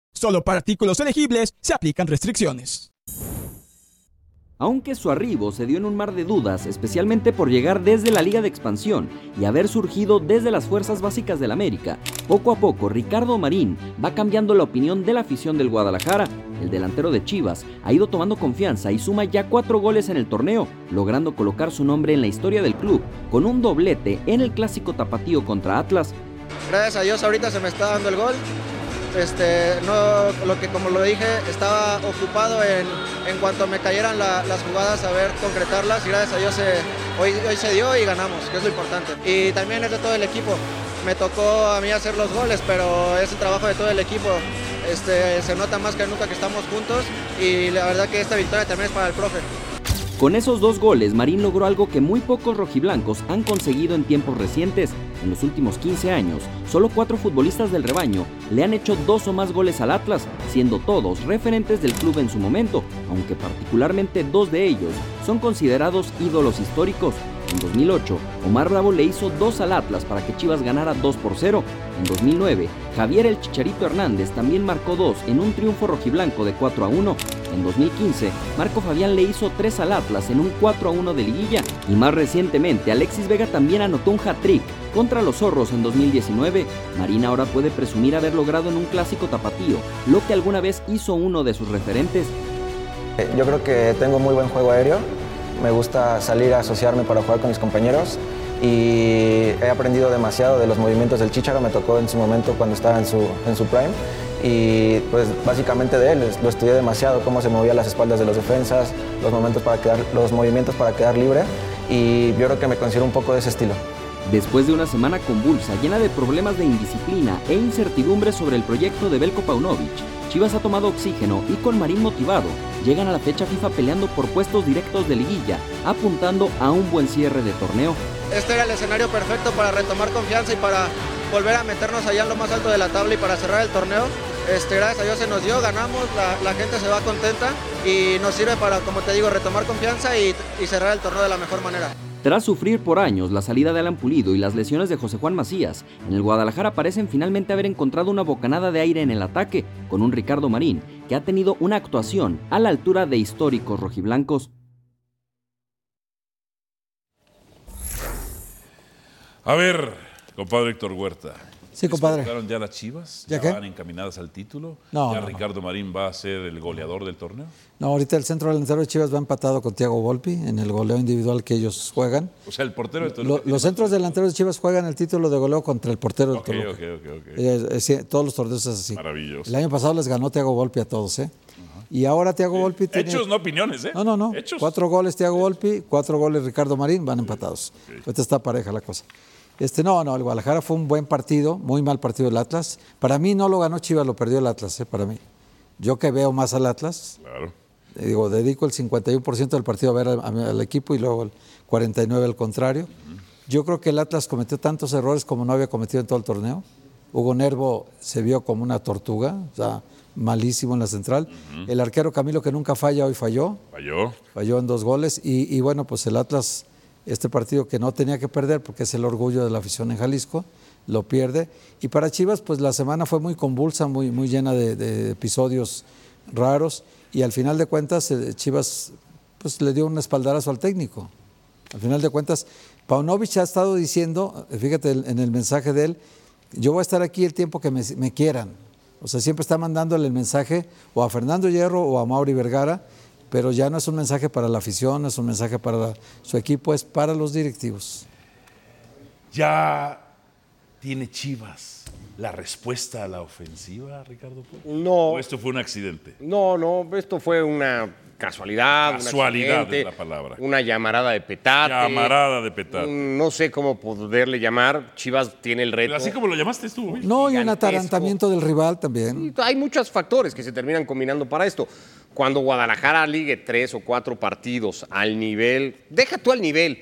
[SPEAKER 10] Solo para artículos elegibles se aplican restricciones.
[SPEAKER 11] Aunque su arribo se dio en un mar de dudas, especialmente por llegar desde la Liga de Expansión y haber surgido desde las Fuerzas Básicas del América, poco a poco Ricardo Marín va cambiando la opinión de la afición del Guadalajara. El delantero de Chivas ha ido tomando confianza y suma ya cuatro goles en el torneo, logrando colocar su nombre en la historia del club con un doblete en el clásico tapatío contra Atlas
[SPEAKER 10] Gracias a Dios ahorita se me está dando el gol. Este, no, lo que como lo dije, estaba ocupado en, en cuanto me cayeran la- las jugadas a ver concretarlas y gracias a Dios se- hoy, hoy se dio y ganamos, que es lo importante. Y también es de todo el equipo. Me tocó a mí hacer los goles, pero es el trabajo de todo el equipo. Este, se nota más que nunca que estamos juntos y la verdad que esta victoria también es para el profe.
[SPEAKER 11] Con esos dos goles, Marín logró algo que muy pocos rojiblancos han conseguido en tiempos recientes. En los últimos 15 años, solo cuatro futbolistas del rebaño le han hecho dos o más goles al Atlas, siendo todos referentes del club en su momento, aunque particularmente dos de ellos son considerados ídolos históricos. En 2008, Omar Bravo le hizo dos al Atlas para que Chivas ganara 2 por 0. En 2009, Javier El Chicharito Hernández también marcó dos en un triunfo rojiblanco de 4 a 1. En 2015, Marco Fabián le hizo 3 al Atlas en un 4 a 1 de liguilla y más recientemente Alexis Vega también anotó un hat-trick contra los Zorros en 2019. Marina ahora puede presumir haber logrado en un clásico tapatío lo que alguna vez hizo uno de sus referentes.
[SPEAKER 10] Eh, Yo creo que tengo muy buen juego aéreo. Me gusta salir a asociarme para jugar con mis compañeros y he aprendido demasiado de los movimientos del Chicharo. Me tocó en su momento cuando estaba en su, en su prime y pues básicamente de él lo estudié demasiado, cómo se movía las espaldas de los defensas, los, momentos para quedar, los movimientos para quedar libre y yo creo que me considero un poco de ese estilo.
[SPEAKER 11] Después de una semana convulsa, llena de problemas de indisciplina e incertidumbre sobre el proyecto de Belko Paunovic, Chivas ha tomado oxígeno y con Marín motivado, llegan a la fecha FIFA peleando por puestos directos de liguilla, apuntando a un buen cierre de torneo.
[SPEAKER 10] Este era el escenario perfecto para retomar confianza y para volver a meternos allá en lo más alto de la tabla y para cerrar el torneo. Este, gracias a Dios se nos dio, ganamos, la, la gente se va contenta y nos sirve para, como te digo, retomar confianza y- y cerrar el torneo de la mejor manera.
[SPEAKER 11] Tras sufrir por años la salida de Alan Pulido y las lesiones de José Juan Macías, en el Guadalajara parecen finalmente haber encontrado una bocanada de aire en el ataque, con un Ricardo Marín que ha tenido una actuación a la altura de históricos rojiblancos.
[SPEAKER 2] A ver, compadre Héctor Huerta.
[SPEAKER 7] Sí, compadre.
[SPEAKER 2] ¿Disputaron ya las chivas?
[SPEAKER 7] ¿Ya
[SPEAKER 2] ¿Ya,
[SPEAKER 7] qué?
[SPEAKER 2] van encaminadas al título?
[SPEAKER 7] No, no,
[SPEAKER 2] ¿Ya
[SPEAKER 7] no.
[SPEAKER 2] Ricardo Marín va a ser el goleador del torneo?
[SPEAKER 7] No, ahorita el centro delantero de Chivas va empatado con Thiago Volpi en el goleo individual que ellos juegan.
[SPEAKER 2] O sea, el portero del
[SPEAKER 7] Lo-
[SPEAKER 2] torneo.
[SPEAKER 7] los centros delanteros de Chivas juegan el título de goleo contra el portero del
[SPEAKER 2] Ok,
[SPEAKER 7] Toluca.
[SPEAKER 2] ok, ok, ok.
[SPEAKER 7] Eh, eh, sí, todos los torneos es así.
[SPEAKER 2] Maravilloso.
[SPEAKER 7] El año pasado les ganó Thiago Volpi a todos, ¿eh? Y ahora Thiago Volpi tiene...
[SPEAKER 2] Hechos, no opiniones, ¿eh?
[SPEAKER 7] No, no, no.
[SPEAKER 2] Hechos.
[SPEAKER 7] Cuatro goles Thiago Volpi, cuatro goles Ricardo Marín, van empatados. Ahorita está pareja la cosa. Este, no, no, el Guadalajara fue un buen partido, muy mal partido el Atlas. Para mí no lo ganó Chivas, lo perdió el Atlas, ¿eh? Para mí. Yo que veo más al Atlas,
[SPEAKER 2] Claro.
[SPEAKER 7] eh, digo, dedico el 51% del partido a ver al, a- al equipo y luego el 49% al contrario. Yo creo que el Atlas cometió tantos errores como no había cometido en todo el torneo. Hugo Nervo se vio como una tortuga, o sea, malísimo en la central. El arquero Camilo, que nunca falla, hoy falló
[SPEAKER 2] Falló.
[SPEAKER 7] falló en dos goles y, y bueno, pues el Atlas, este partido que no tenía que perder porque es el orgullo de la afición en Jalisco, lo pierde. Y para Chivas, pues la semana fue muy convulsa, muy, muy llena de, de episodios raros y al final de cuentas eh, Chivas pues le dio un espaldarazo al técnico. Al final de cuentas, Paunovic ha estado diciendo, eh, fíjate el- en el mensaje de él, yo voy a estar aquí el tiempo que me, me quieran. O sea, siempre está mandándole el mensaje o a Fernando Hierro o a Mauri Vergara, pero ya no es un mensaje para la afición, no es un mensaje para la- su equipo, es para los directivos.
[SPEAKER 2] ¿Ya tiene Chivas la respuesta a la ofensiva, Ricardo? Polo?
[SPEAKER 4] No.
[SPEAKER 2] ¿O esto fue un accidente?
[SPEAKER 4] No, no, esto fue una casualidad. un
[SPEAKER 2] Casualidad es
[SPEAKER 4] accidente,
[SPEAKER 2] la palabra.
[SPEAKER 4] Una llamarada de petate.
[SPEAKER 2] Llamarada de petate.
[SPEAKER 4] Un- No sé cómo poderle llamar. Chivas tiene el reto.
[SPEAKER 2] Así como lo llamaste tú. güey.
[SPEAKER 7] No, y un
[SPEAKER 4] Gigantesco.
[SPEAKER 7] atarantamiento del rival también.
[SPEAKER 4] Hay muchos factores que se terminan combinando para esto. Cuando Guadalajara ligue tres o cuatro partidos al nivel, deja tú al nivel,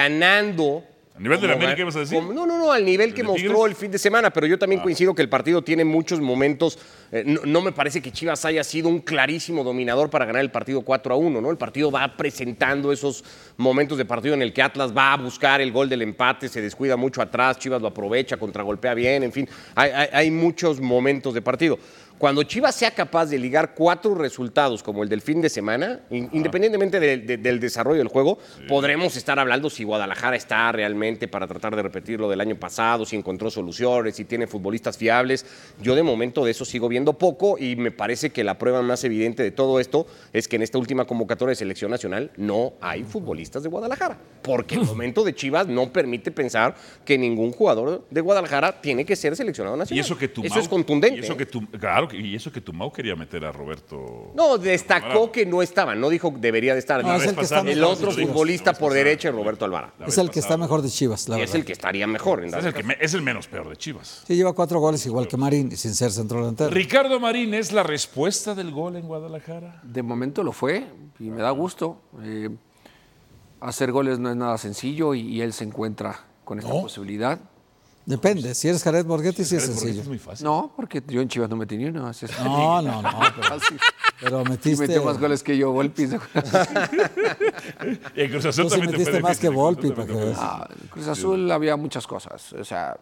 [SPEAKER 4] ganando.
[SPEAKER 2] ¿A nivel de la
[SPEAKER 4] como
[SPEAKER 2] América
[SPEAKER 4] gan-
[SPEAKER 2] ibas a decir?
[SPEAKER 4] como- no, no, no, al nivel que
[SPEAKER 2] de
[SPEAKER 4] mostró
[SPEAKER 2] Tigres? Ah.
[SPEAKER 4] el fin de semana, pero yo también coincido que el partido tiene muchos momentos. eh, no, no me parece que Chivas haya sido un clarísimo dominador para ganar el partido 4 a 1, ¿no? El partido va presentando esos momentos de partido en el que Atlas va a buscar el gol del empate, se descuida mucho atrás, Chivas lo aprovecha, contragolpea bien, en fin, hay, hay- hay muchos momentos de partido. Cuando Chivas sea capaz de ligar cuatro resultados como el del fin de semana, in- independientemente de- de- del desarrollo del juego, podremos estar hablando si Guadalajara está realmente para tratar de repetir lo del año pasado, si encontró soluciones, si tiene futbolistas fiables. Yo de momento de eso sigo viendo poco y me parece que la prueba más evidente de todo esto es que en esta última convocatoria de selección nacional no hay futbolistas de Guadalajara, porque el momento de Chivas no permite pensar que ningún jugador de Guadalajara tiene que ser seleccionado nacional.
[SPEAKER 2] Y eso que tu
[SPEAKER 4] Eso
[SPEAKER 2] Mau-
[SPEAKER 4] es contundente.
[SPEAKER 2] y eso
[SPEAKER 4] ¿eh?
[SPEAKER 2] que tu- claro, que- y eso que tu Mau quería meter a Roberto.
[SPEAKER 4] No, destacó que no estaba, no dijo que debería de estar.
[SPEAKER 7] No,
[SPEAKER 4] Dijo,
[SPEAKER 7] Ah, es el que está
[SPEAKER 4] el,
[SPEAKER 7] mejor
[SPEAKER 4] otro
[SPEAKER 7] de Chivas.
[SPEAKER 4] futbolista por derecha es Roberto Alvaro.
[SPEAKER 7] Es el que está mejor de Chivas, la
[SPEAKER 4] Y
[SPEAKER 7] verdad.
[SPEAKER 4] es el que estaría mejor. en
[SPEAKER 2] Es
[SPEAKER 4] dado
[SPEAKER 2] el, que
[SPEAKER 4] caso.
[SPEAKER 2] me- es el menos peor de Chivas.
[SPEAKER 7] Sí, lleva cuatro goles igual que Marín, sin ser centro delantero.
[SPEAKER 2] Ricardo Marín es la respuesta del gol en Guadalajara.
[SPEAKER 6] De momento lo fue y me da gusto. Eh, hacer goles no es nada sencillo y, y él se encuentra con esta posibilidad.
[SPEAKER 7] Depende, si eres Jared Borghetti, sí es
[SPEAKER 2] Porque
[SPEAKER 7] sencillo.
[SPEAKER 2] Es muy fácil.
[SPEAKER 6] No, porque yo en Chivas no metí ni uno. así es.
[SPEAKER 7] No, no, no, pero, pero
[SPEAKER 6] Y
[SPEAKER 7] metiste...
[SPEAKER 6] metió más goles que yo, Volpi.
[SPEAKER 2] Y en Cruz Azul
[SPEAKER 7] Tú sí
[SPEAKER 2] también te fue
[SPEAKER 7] metiste más que
[SPEAKER 2] difícil, en Cruz Azul
[SPEAKER 7] Volpi, para
[SPEAKER 2] también
[SPEAKER 7] que
[SPEAKER 2] te fue
[SPEAKER 7] veas.
[SPEAKER 6] Ah, Cruz Azul había muchas cosas, o sea,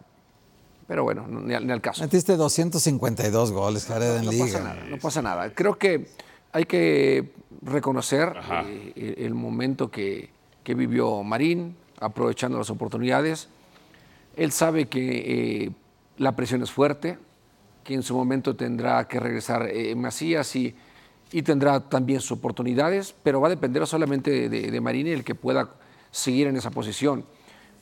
[SPEAKER 6] pero bueno, no- ni, al- ni al caso.
[SPEAKER 7] Metiste 252 goles, Jared, en
[SPEAKER 6] No
[SPEAKER 7] Liga.
[SPEAKER 6] pasa nada, no pasa nada. Creo que hay que reconocer eh, el- el momento que, que vivió Marín, aprovechando las oportunidades. Él sabe que eh, la presión es fuerte, que en su momento tendrá que regresar eh, Macías y, y tendrá también sus oportunidades, pero va a depender solamente de, de Marín y el que pueda seguir en esa posición.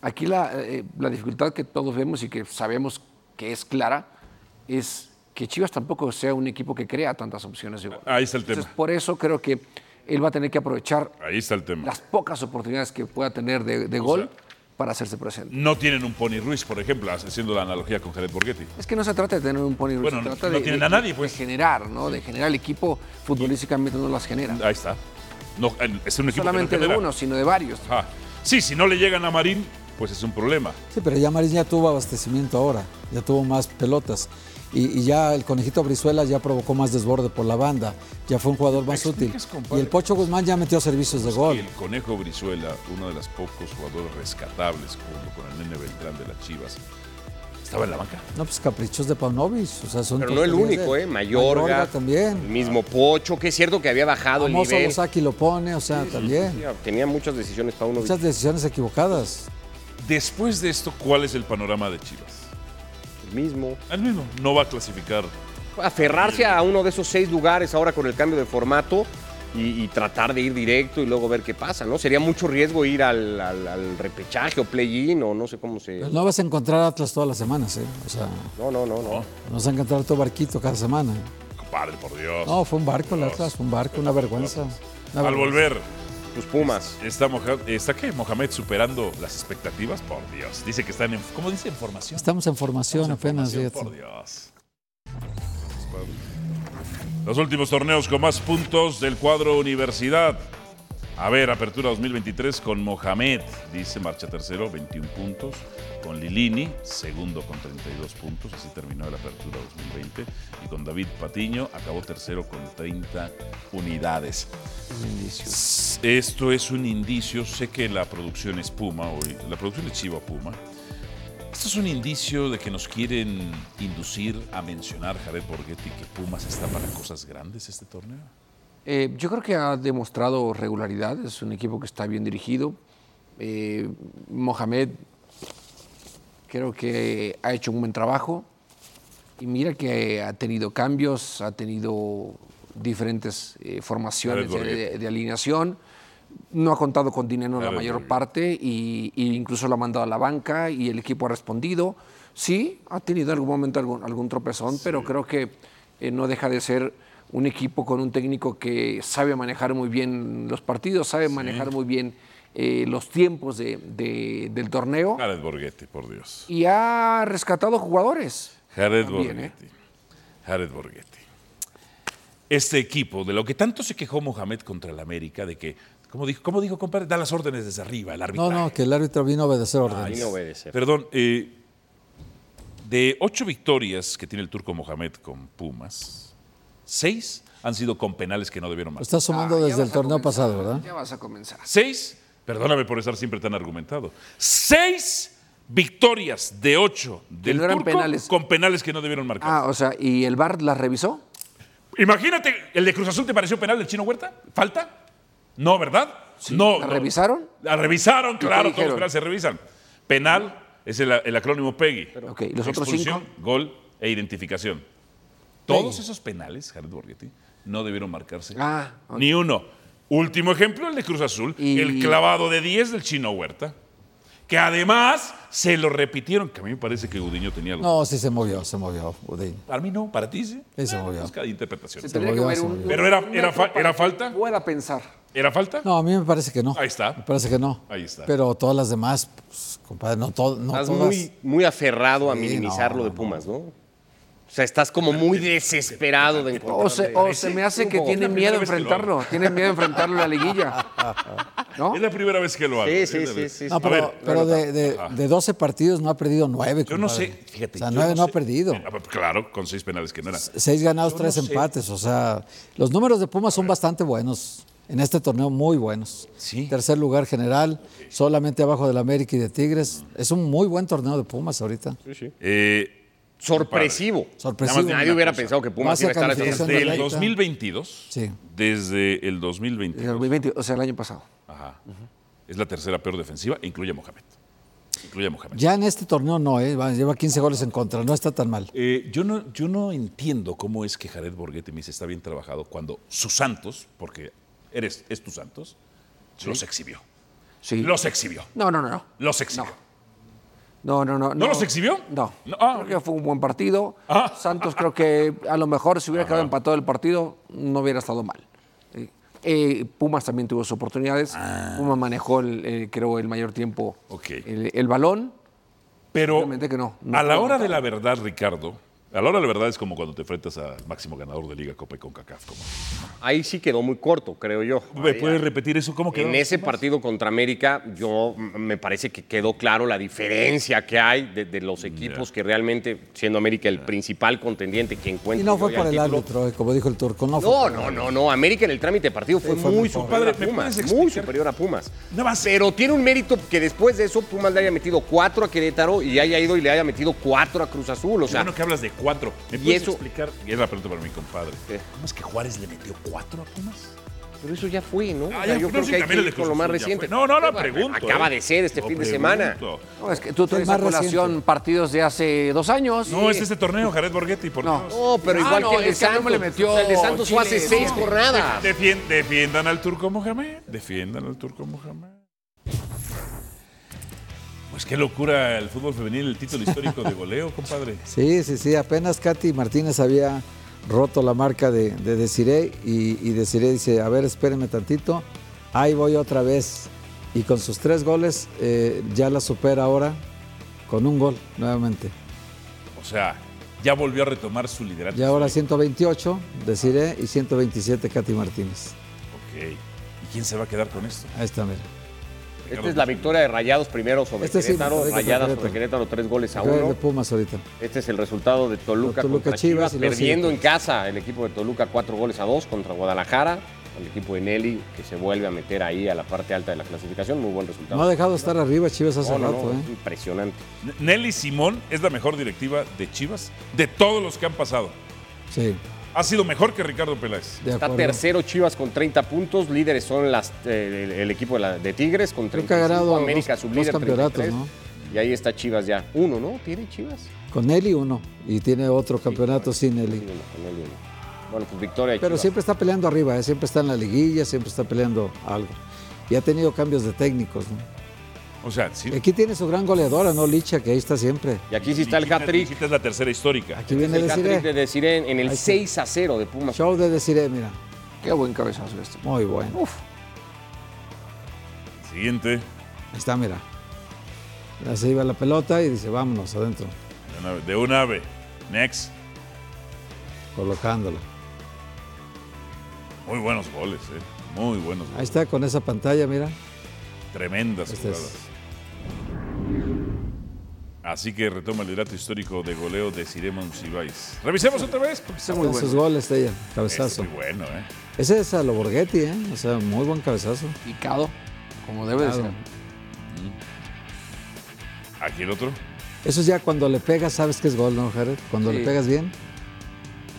[SPEAKER 6] Aquí la, eh, la dificultad que todos vemos y que sabemos que es clara es que Chivas tampoco sea un equipo que crea tantas opciones de gol.
[SPEAKER 2] Ah, Ahí está el tema.
[SPEAKER 6] Entonces, por eso creo que él va a tener que aprovechar
[SPEAKER 2] Ahí está el tema.
[SPEAKER 6] las pocas oportunidades que pueda tener de, de gol para hacerse presente.
[SPEAKER 2] No tienen un Pony Ruiz, por ejemplo, haciendo la analogía con Jared Borghetti.
[SPEAKER 6] Es que no se trata de tener un pony,
[SPEAKER 2] Bueno,
[SPEAKER 6] se
[SPEAKER 2] no-
[SPEAKER 6] trata
[SPEAKER 2] no
[SPEAKER 6] de,
[SPEAKER 2] tienen
[SPEAKER 6] de-
[SPEAKER 2] a nadie,
[SPEAKER 6] de
[SPEAKER 2] pues.
[SPEAKER 6] generar, ¿no? De generar el equipo futbolísticamente no las genera.
[SPEAKER 2] Ahí está. No, es un equipo que
[SPEAKER 6] No
[SPEAKER 2] no
[SPEAKER 6] solamente de
[SPEAKER 2] genera.
[SPEAKER 6] uno, sino de varios.
[SPEAKER 2] Ajá. Sí, si no le llegan a Marín, pues es un problema.
[SPEAKER 7] Sí, pero ya Marín ya tuvo abastecimiento ahora, ya tuvo más pelotas. Y, y ya el conejito Brizuela ya provocó más desborde por la banda, ya fue un jugador más útil.
[SPEAKER 2] expliques, compadre?
[SPEAKER 7] Y el Pocho Guzmán ya metió servicios de
[SPEAKER 2] Y
[SPEAKER 7] gol.
[SPEAKER 2] el Conejo Brizuela, uno de los pocos jugadores rescatables junto con el Nene Beltrán de las Chivas, estaba en la banca.
[SPEAKER 7] No, pues caprichos de Paunovic. O sea, son
[SPEAKER 4] Pero
[SPEAKER 7] tonterías
[SPEAKER 4] no el único,
[SPEAKER 7] de-
[SPEAKER 4] ¿eh? Mayorga.
[SPEAKER 7] Mayorga también.
[SPEAKER 4] El mismo Pocho, que es cierto que había bajado el
[SPEAKER 7] Famoso
[SPEAKER 4] nivel.
[SPEAKER 7] Osaki lo pone, o sea, también.
[SPEAKER 4] Tenía muchas decisiones para uno.
[SPEAKER 7] Muchas decisiones equivocadas.
[SPEAKER 2] Después de esto, ¿cuál es el panorama de Chivas?
[SPEAKER 4] El mismo.
[SPEAKER 2] El mismo. No va a clasificar.
[SPEAKER 4] Aferrarse a uno de esos seis lugares ahora con el cambio de formato y, y tratar de ir directo y luego ver qué pasa, ¿no? Sería mucho riesgo ir al, al- al repechaje o play-in o no sé cómo se.
[SPEAKER 7] Pero Pues no vas a encontrar Atlas todas las semanas, ¿eh? O sea,
[SPEAKER 4] No, no, no, no.
[SPEAKER 7] no vas a encontrar tu barquito cada semana.
[SPEAKER 2] Padre, por Dios.
[SPEAKER 7] No, fue un barco el Atlas, fue un barco, una vergüenza. Una
[SPEAKER 2] Al
[SPEAKER 7] vergüenza.
[SPEAKER 2] volver.
[SPEAKER 4] Tus Pumas.
[SPEAKER 2] Está, Moja- ¿Está qué? Mohamed superando las expectativas. Por Dios. Dice que están en. ¿Cómo dice? En formación.
[SPEAKER 7] Estamos en formación apenas,
[SPEAKER 2] Por
[SPEAKER 7] fíjate.
[SPEAKER 2] Dios. Pues, Los últimos torneos con más puntos del cuadro Universidad. A ver, apertura 2023 con Mohamed, dice marcha tercero, 21 puntos. Con Lilini, segundo con 32 puntos, así terminó la apertura 2020. Y con David Patiño, acabó tercero con 30 unidades. Esto es un indicio, sé que la producción es Puma hoy, la producción es Chiva Puma. Esto Este es un indicio de que nos quieren inducir a mencionar, Jared Borghetti, que Pumas está para cosas grandes este torneo.
[SPEAKER 6] Eh, yo creo que ha demostrado regularidad, es un equipo que está bien dirigido. Eh, Mohamed creo que ha hecho un buen trabajo y mira que ha tenido cambios, ha tenido diferentes eh, formaciones
[SPEAKER 2] Jared
[SPEAKER 6] de,
[SPEAKER 2] Borghetti.
[SPEAKER 6] de- de alineación. No ha contado con dinero la
[SPEAKER 2] Jared
[SPEAKER 6] mayor
[SPEAKER 2] Borghetti.
[SPEAKER 6] parte y, y incluso lo ha mandado a la banca y el equipo ha respondido. Sí, ha tenido en algún momento algún, algún tropezón, pero creo que eh, no deja de ser un equipo con un técnico que sabe manejar muy bien los partidos, sabe manejar muy bien eh, los tiempos de- de- del torneo
[SPEAKER 2] Jared Borghetti, por Dios.
[SPEAKER 6] y ha rescatado jugadores.
[SPEAKER 2] Jared
[SPEAKER 6] También, ¿eh?
[SPEAKER 2] Borghetti. Jared Borghetti. Este equipo, de lo que tanto se quejó Mohamed contra el América, de que, ¿cómo dijo, cómo dijo compadre? Da las órdenes desde arriba, el
[SPEAKER 7] No,
[SPEAKER 2] arbitraje.
[SPEAKER 7] no, que el árbitro vino a obedecer órdenes.
[SPEAKER 2] Perdón, eh, de ocho victorias que tiene el turco Mohamed con Pumas, seis han sido con penales que no debieron
[SPEAKER 7] Lo
[SPEAKER 2] marcar.
[SPEAKER 7] estás
[SPEAKER 6] Ah,
[SPEAKER 7] sumando desde el torneo pasado, ¿verdad?
[SPEAKER 6] Ya vas a comenzar.
[SPEAKER 2] Seis, perdóname por estar siempre tan argumentado, seis victorias de ocho del
[SPEAKER 6] no eran
[SPEAKER 2] turco
[SPEAKER 6] penales.
[SPEAKER 2] con penales que no debieron marcar.
[SPEAKER 6] Ah, o sea, ¿y el VAR las revisó?
[SPEAKER 2] Imagínate, ¿el de Cruz Azul te pareció penal del Chino Huerta? ¿Falta? No, ¿verdad? no.
[SPEAKER 6] ¿La
[SPEAKER 2] no.
[SPEAKER 6] revisaron?
[SPEAKER 2] La revisaron,
[SPEAKER 6] ¿Y qué
[SPEAKER 2] claro, todos los
[SPEAKER 6] dijeron?
[SPEAKER 2] penales se revisan. Penal es el, el acrónimo PEGI.
[SPEAKER 6] Ok, ¿y los otros
[SPEAKER 2] Expulsión,
[SPEAKER 6] cinco?
[SPEAKER 2] gol e identificación. Todos esos penales, Jared Borghetti, no debieron marcarse.
[SPEAKER 6] Ah, ok.
[SPEAKER 2] Ni uno. Último ejemplo, el de Cruz Azul,
[SPEAKER 6] Y-
[SPEAKER 2] el clavado de 10 del Chino Huerta, que además se lo repitieron, que a mí me parece que Gudiño tenía algo.
[SPEAKER 7] No, sí se movió, se movió, Budín.
[SPEAKER 2] Para mí no, para ti sí.
[SPEAKER 7] Sí, se
[SPEAKER 2] Bueno,
[SPEAKER 7] movió.
[SPEAKER 2] pues cada interpretación.
[SPEAKER 6] Se tendría que
[SPEAKER 7] movió,
[SPEAKER 6] ver
[SPEAKER 7] se
[SPEAKER 6] un.
[SPEAKER 7] movió.
[SPEAKER 2] Pero era-
[SPEAKER 6] un
[SPEAKER 2] era fa-
[SPEAKER 6] metro
[SPEAKER 2] era
[SPEAKER 6] para
[SPEAKER 2] falta.
[SPEAKER 6] que Pueda pensar.
[SPEAKER 2] ¿Era falta?
[SPEAKER 7] No, a mí me parece que no.
[SPEAKER 2] Ahí está.
[SPEAKER 7] Me parece que no.
[SPEAKER 2] Ahí está.
[SPEAKER 7] Pero todas las demás, pues, compadre, no, todo, no
[SPEAKER 4] Estás
[SPEAKER 7] todas.
[SPEAKER 4] muy, muy aferrado a
[SPEAKER 7] Sí,
[SPEAKER 4] minimizar
[SPEAKER 7] no,
[SPEAKER 4] lo de
[SPEAKER 7] no,
[SPEAKER 4] Pumas, ¿no? O sea, estás como muy desesperado de encontrar.
[SPEAKER 6] O se, o se me hace que tiene miedo
[SPEAKER 2] vez que lo
[SPEAKER 6] enfrentarlo. Tiene miedo enfrentarlo en la liguilla. ¿No?
[SPEAKER 2] Es la primera vez que lo hago.
[SPEAKER 4] Sí, sí,
[SPEAKER 2] Es la-
[SPEAKER 4] sí, sí,
[SPEAKER 7] Ah, No,
[SPEAKER 4] sí.
[SPEAKER 7] pero,
[SPEAKER 2] A ver,
[SPEAKER 7] pero de, de- de 12 partidos no ha perdido 9.
[SPEAKER 2] Yo no sé,
[SPEAKER 7] O
[SPEAKER 2] fíjate.
[SPEAKER 7] sea,
[SPEAKER 2] yo
[SPEAKER 7] 9 no, ha
[SPEAKER 2] sé.
[SPEAKER 7] perdido.
[SPEAKER 2] Ah, pues Claro, con seis penales que no eran.
[SPEAKER 7] 6 ganados, 3 empates. O sea, los números de Pumas son bastante buenos. En este torneo, muy buenos.
[SPEAKER 2] Sí.
[SPEAKER 7] Tercer lugar general, solamente abajo del América y de Tigres. Es un muy buen torneo de Pumas ahorita.
[SPEAKER 2] Eh,
[SPEAKER 4] Sorpresivo.
[SPEAKER 7] Sorpresivo.
[SPEAKER 2] Nada más
[SPEAKER 4] Nadie
[SPEAKER 2] dime
[SPEAKER 4] hubiera
[SPEAKER 2] una cosa.
[SPEAKER 4] pensado que
[SPEAKER 7] No
[SPEAKER 4] Pumas
[SPEAKER 7] hace
[SPEAKER 4] iba a estar a esas
[SPEAKER 7] calificación
[SPEAKER 2] Desde el
[SPEAKER 7] directa.
[SPEAKER 2] 2022.
[SPEAKER 7] Sí.
[SPEAKER 2] Desde el
[SPEAKER 6] En
[SPEAKER 2] 2022.
[SPEAKER 6] el 2020, o sea, el año pasado.
[SPEAKER 2] Ajá. Es la tercera peor defensiva, incluye a Mohamed. Incluye a Mohamed.
[SPEAKER 7] Ya en este torneo no, ¿eh? Va, lleva 15 goles en contra, no está tan mal.
[SPEAKER 2] Eh, yo, no, yo no entiendo cómo es que Jared Borghetti me dice está bien trabajado cuando sus Santos, porque eres, es tu Santos, los exhibió.
[SPEAKER 6] Sí.
[SPEAKER 2] Los exhibió.
[SPEAKER 6] No, no, no, no.
[SPEAKER 2] Los exhibió.
[SPEAKER 6] No, no, no. ¿No,
[SPEAKER 2] los exhibió?
[SPEAKER 6] No.
[SPEAKER 2] No, ah,
[SPEAKER 6] creo que fue un buen partido.
[SPEAKER 2] Ah.
[SPEAKER 6] Santos creo que a lo mejor si hubiera quedado empatado el partido no hubiera estado mal. Eh, eh, Pumas también tuvo sus oportunidades. Pumas manejó, el, eh, creo, el mayor tiempo
[SPEAKER 2] Ah. Ok.
[SPEAKER 6] el, el balón.
[SPEAKER 2] Pero
[SPEAKER 6] Simplemente que no, no
[SPEAKER 2] a la
[SPEAKER 6] puedo
[SPEAKER 2] hora
[SPEAKER 6] votar.
[SPEAKER 2] de la verdad, Ricardo, A la hora de la verdad es como cuando te enfrentas al máximo ganador de Liga Copa y CONCACAF. Como...
[SPEAKER 4] Ahí sí quedó muy corto, creo yo.
[SPEAKER 2] ¿Me
[SPEAKER 4] Ahí,
[SPEAKER 2] puedes repetir eso? ¿Cómo quedó?
[SPEAKER 4] En ese partido contra América, yo m- me parece que quedó claro la diferencia que hay de, de los equipos que realmente, siendo América el principal contendiente que encuentra.
[SPEAKER 7] Y no
[SPEAKER 4] hoy
[SPEAKER 7] fue por
[SPEAKER 4] al
[SPEAKER 7] el
[SPEAKER 4] título,
[SPEAKER 7] árbitro, eh, como dijo el turco. No, fue
[SPEAKER 4] No,
[SPEAKER 7] por-
[SPEAKER 4] no, no, no. América en el trámite de partido fue,
[SPEAKER 7] Sí, fue
[SPEAKER 4] muy
[SPEAKER 7] muy
[SPEAKER 4] superior
[SPEAKER 7] pobre.
[SPEAKER 4] a Pumas. Muy superior a Pumas.
[SPEAKER 2] más.
[SPEAKER 4] Pero tiene un mérito que después de eso Pumas le haya metido cuatro a Querétaro y haya ido y le haya metido cuatro a Cruz Azul. O sea,
[SPEAKER 2] bueno que hablas de cuatro. ¿Me
[SPEAKER 4] y
[SPEAKER 2] puedes
[SPEAKER 4] eso-
[SPEAKER 2] explicar? Y es la pregunta para mi compadre. ¿Cómo es que Juárez le metió cuatro a Pumas?
[SPEAKER 4] Pero eso ya fue, ¿no? O
[SPEAKER 2] Ah,
[SPEAKER 4] sea,
[SPEAKER 2] ya,
[SPEAKER 4] yo
[SPEAKER 2] no,
[SPEAKER 4] creo
[SPEAKER 2] sí,
[SPEAKER 4] que hay que
[SPEAKER 2] también el de
[SPEAKER 4] ir con lo
[SPEAKER 2] Cruz
[SPEAKER 4] más
[SPEAKER 2] Azul ya fue.
[SPEAKER 4] reciente.
[SPEAKER 2] No, no, no,
[SPEAKER 4] Bueno,
[SPEAKER 2] pregunto,
[SPEAKER 4] Acaba
[SPEAKER 2] eh.
[SPEAKER 4] de ser este
[SPEAKER 2] Lo
[SPEAKER 4] fin de semana.
[SPEAKER 2] pregunto.
[SPEAKER 6] No, es que tú
[SPEAKER 2] Es
[SPEAKER 6] traes
[SPEAKER 2] más
[SPEAKER 6] a colación
[SPEAKER 2] reciente.
[SPEAKER 6] partidos de hace dos años.
[SPEAKER 2] No, es este torneo, Jared Borghetti. ¿por
[SPEAKER 6] No.
[SPEAKER 2] Dios.
[SPEAKER 4] No, pero
[SPEAKER 6] Ah,
[SPEAKER 4] igual
[SPEAKER 6] no,
[SPEAKER 4] que el de
[SPEAKER 6] es que a mí
[SPEAKER 4] Santos.
[SPEAKER 6] me le metió
[SPEAKER 4] O sea, el de Santos fue
[SPEAKER 6] Chile,
[SPEAKER 4] hace seis
[SPEAKER 6] ¿no?
[SPEAKER 4] jornadas.
[SPEAKER 2] Defien- defiendan al turco Mohamed. Defiendan al turco Mohamed. Pues qué locura el fútbol femenil, el título histórico de goleo, compadre.
[SPEAKER 7] Sí, sí, sí. Apenas Katy Martínez había roto la marca de, de Desiree y, y Desiree dice, a ver, espérenme tantito, ahí voy otra vez. Y con sus tres goles eh, ya la supera ahora con un gol nuevamente.
[SPEAKER 2] O sea, ya volvió a retomar su liderato.
[SPEAKER 7] Y ahora 128 Desiree y 127 Katy Martínez.
[SPEAKER 2] Ok. ¿Y quién se va a quedar con esto?
[SPEAKER 7] Ahí está, mira.
[SPEAKER 4] Esta es la victoria de Rayados primero sobre
[SPEAKER 7] Este sí,
[SPEAKER 4] Querétaro.
[SPEAKER 7] Rayados contra
[SPEAKER 4] Rayadas
[SPEAKER 7] Querétaro.
[SPEAKER 4] sobre Querétaro, tres goles a
[SPEAKER 7] Creo
[SPEAKER 4] uno.
[SPEAKER 7] de Pumas ahorita.
[SPEAKER 4] Este es el resultado de Toluca,
[SPEAKER 7] Toluca,
[SPEAKER 4] contra
[SPEAKER 7] Chivas
[SPEAKER 4] Chivas,
[SPEAKER 7] y luego
[SPEAKER 4] perdiendo en casa el equipo de Toluca cuatro goles a dos contra Guadalajara. El equipo de Nelly que se vuelve a meter ahí a la parte alta de la clasificación. Muy buen resultado.
[SPEAKER 7] No ha dejado de estar arriba Chivas hace
[SPEAKER 4] No, no,
[SPEAKER 7] rato,
[SPEAKER 4] no,
[SPEAKER 7] ¿eh?
[SPEAKER 4] Impresionante.
[SPEAKER 2] N- Nelly Simón es la mejor directiva de Chivas de todos los que han pasado.
[SPEAKER 7] Sí,
[SPEAKER 2] Ha sido mejor que Ricardo Peláez.
[SPEAKER 7] de
[SPEAKER 4] Está
[SPEAKER 7] acuerdo.
[SPEAKER 4] tercero Chivas con 30 puntos. Líderes son las, eh, el, el equipo de, la- de Tigres con
[SPEAKER 7] Creo que ha
[SPEAKER 4] 35.
[SPEAKER 7] ganado
[SPEAKER 4] América
[SPEAKER 7] dos-
[SPEAKER 4] sublíder
[SPEAKER 7] dos campeonatos,
[SPEAKER 4] 33.
[SPEAKER 7] ¿no?
[SPEAKER 4] Y ahí está Chivas ya. Uno, ¿no? ¿Tiene Chivas?
[SPEAKER 7] Con Nelly uno y tiene otro campeonato sin
[SPEAKER 4] Sí,
[SPEAKER 7] Nelly.
[SPEAKER 4] uno, con él uno. Bueno, pues victoria de
[SPEAKER 7] Pero
[SPEAKER 4] Chivas.
[SPEAKER 7] siempre está peleando arriba, ¿eh? siempre está en la liguilla, siempre está peleando algo. Y ha tenido cambios de técnicos. ¿no?
[SPEAKER 2] O sea, sí.
[SPEAKER 7] Aquí tiene su gran goleadora, ¿no? Licha, que ahí está siempre.
[SPEAKER 4] Y aquí sí está el
[SPEAKER 2] Lichita-
[SPEAKER 4] hat-trick.
[SPEAKER 2] Lichita es la tercera histórica.
[SPEAKER 7] Aquí viene
[SPEAKER 4] El hat-trick
[SPEAKER 7] Desiree.
[SPEAKER 4] de Desiré en el
[SPEAKER 7] Ahí está.
[SPEAKER 4] 6 a 0 de Pumas.
[SPEAKER 7] Show de Desiree, mira.
[SPEAKER 6] Qué buen cabezazo este.
[SPEAKER 7] Muy bueno.
[SPEAKER 2] Siguiente.
[SPEAKER 7] Ahí está, mira. Se iba la pelota y dice, vámonos adentro,
[SPEAKER 2] De un ave. De un ave. Next.
[SPEAKER 7] colocándola.
[SPEAKER 2] Muy buenos goles, ¿eh? Muy buenos
[SPEAKER 7] Ahí
[SPEAKER 2] goles.
[SPEAKER 7] está con esa pantalla, mira.
[SPEAKER 2] Tremendas
[SPEAKER 7] Este es.
[SPEAKER 2] jugadas. Así que retoma el liderato histórico de goleo de Ciremon Sibais. Revisemos otra vez. porque
[SPEAKER 6] Este es muy
[SPEAKER 7] Con sus
[SPEAKER 6] bueno.
[SPEAKER 7] goles de ella,
[SPEAKER 2] este es
[SPEAKER 7] cabezazo.
[SPEAKER 2] muy bueno, ¿eh?
[SPEAKER 7] Ese es a lo Borghetti, ¿eh? O sea, muy buen cabezazo.
[SPEAKER 6] Picado, como debe de
[SPEAKER 7] Picado.
[SPEAKER 6] ser.
[SPEAKER 2] Aquí el otro.
[SPEAKER 7] Eso es ya cuando le pegas, sabes que es gol, ¿no, Jared? Cuando
[SPEAKER 6] Sí.
[SPEAKER 7] le pegas bien,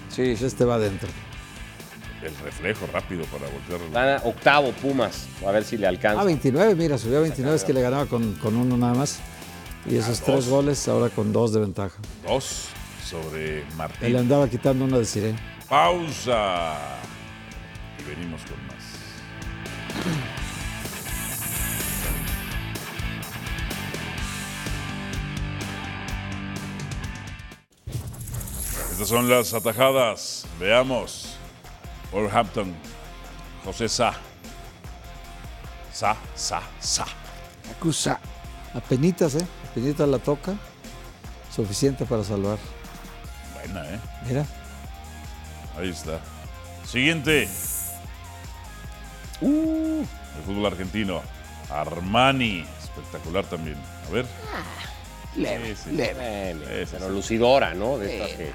[SPEAKER 6] Sí, sí.
[SPEAKER 7] este va adentro.
[SPEAKER 2] El reflejo rápido para voltearlo.
[SPEAKER 4] Está octavo Pumas. A ver si le alcanza.
[SPEAKER 7] Ah, 29, mira, subió a 29, es que le ganaba con, con uno nada más. Y esos
[SPEAKER 2] Ah,
[SPEAKER 7] tres
[SPEAKER 2] dos.
[SPEAKER 7] goles ahora con dos de ventaja.
[SPEAKER 2] Dos sobre Martín.
[SPEAKER 7] Él le andaba quitando una de Sirene.
[SPEAKER 2] Pausa. Y venimos con más. Estas son las atajadas. Veamos. Wolverhampton. José Sa. Sa, Sa, Sa.
[SPEAKER 6] Acusa.
[SPEAKER 7] Apenitas, ¿eh? Apenitas la toca. Suficiente para salvar.
[SPEAKER 2] Buena, ¿eh?
[SPEAKER 7] Mira,
[SPEAKER 2] Ahí está. Siguiente. el fútbol argentino. Armani. Espectacular también. A ver.
[SPEAKER 6] Leve,
[SPEAKER 2] Sí, sí.
[SPEAKER 6] leve.
[SPEAKER 4] Bueno,
[SPEAKER 2] Ese
[SPEAKER 4] Ah,
[SPEAKER 2] sí.
[SPEAKER 4] pero
[SPEAKER 2] Ah,
[SPEAKER 4] lucidora, ¿no? De estas que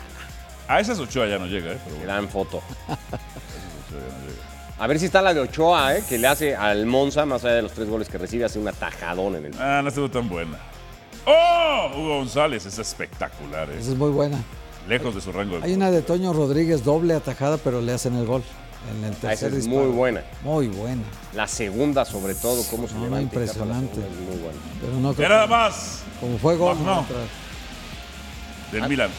[SPEAKER 2] A esas Ochoa ya no llega, ¿eh? Pero
[SPEAKER 4] que
[SPEAKER 2] bueno,
[SPEAKER 4] dan foto.
[SPEAKER 2] Ochoa ya no llega.
[SPEAKER 4] A ver si está la de Ochoa, ¿eh? que le hace al Monza, más allá de los tres goles que recibe, hace un atajadón en el.
[SPEAKER 2] Ah, no estuvo tan buena. ¡Oh! Hugo González es espectacular, ¿eh?
[SPEAKER 7] esa es muy buena.
[SPEAKER 2] Lejos de su rango.
[SPEAKER 7] Hay una de Toño Rodríguez, doble atajada, pero le hacen el gol. En el
[SPEAKER 4] Ah, esa
[SPEAKER 7] tercer
[SPEAKER 4] es
[SPEAKER 7] disparo.
[SPEAKER 4] muy buena.
[SPEAKER 7] Muy buena.
[SPEAKER 4] La segunda, sobre todo, cómo se
[SPEAKER 7] No, no,
[SPEAKER 4] levanta. y tapa la
[SPEAKER 7] impresionante.
[SPEAKER 4] segunda, es muy buena.
[SPEAKER 7] Pero no
[SPEAKER 2] Ya
[SPEAKER 7] creo
[SPEAKER 2] nada
[SPEAKER 7] que-
[SPEAKER 2] más.
[SPEAKER 7] Como fue gol,
[SPEAKER 2] No,
[SPEAKER 7] no
[SPEAKER 2] no.
[SPEAKER 7] va a entrar.
[SPEAKER 2] Del Milan.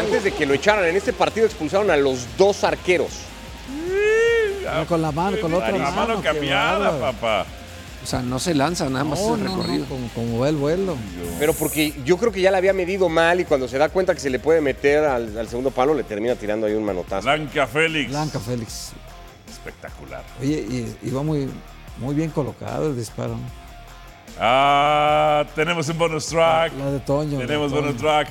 [SPEAKER 4] Antes de que lo echaran, en este partido expulsaron a los dos arqueros.
[SPEAKER 7] No, con la mano, con la otra
[SPEAKER 2] Con la mano
[SPEAKER 7] qué
[SPEAKER 2] cambiada,
[SPEAKER 7] bárbaro.
[SPEAKER 2] papá.
[SPEAKER 6] O sea, no se lanza nada más
[SPEAKER 7] No,
[SPEAKER 6] el
[SPEAKER 7] no, no,
[SPEAKER 6] recorrido.
[SPEAKER 7] como, como va el vuelo.
[SPEAKER 4] Pero porque yo creo que ya la había medido mal y cuando se da cuenta que se le puede meter al, al segundo palo, le termina tirando ahí un manotazo.
[SPEAKER 2] Blanca Félix.
[SPEAKER 7] Blanca Félix.
[SPEAKER 2] Espectacular.
[SPEAKER 7] Oye, y, y va muy, muy bien colocado el disparo. ¿no?
[SPEAKER 2] Ah, tenemos un bonus track.
[SPEAKER 7] La de Toño. la de
[SPEAKER 2] Tenemos
[SPEAKER 7] Toño.
[SPEAKER 2] bonus track.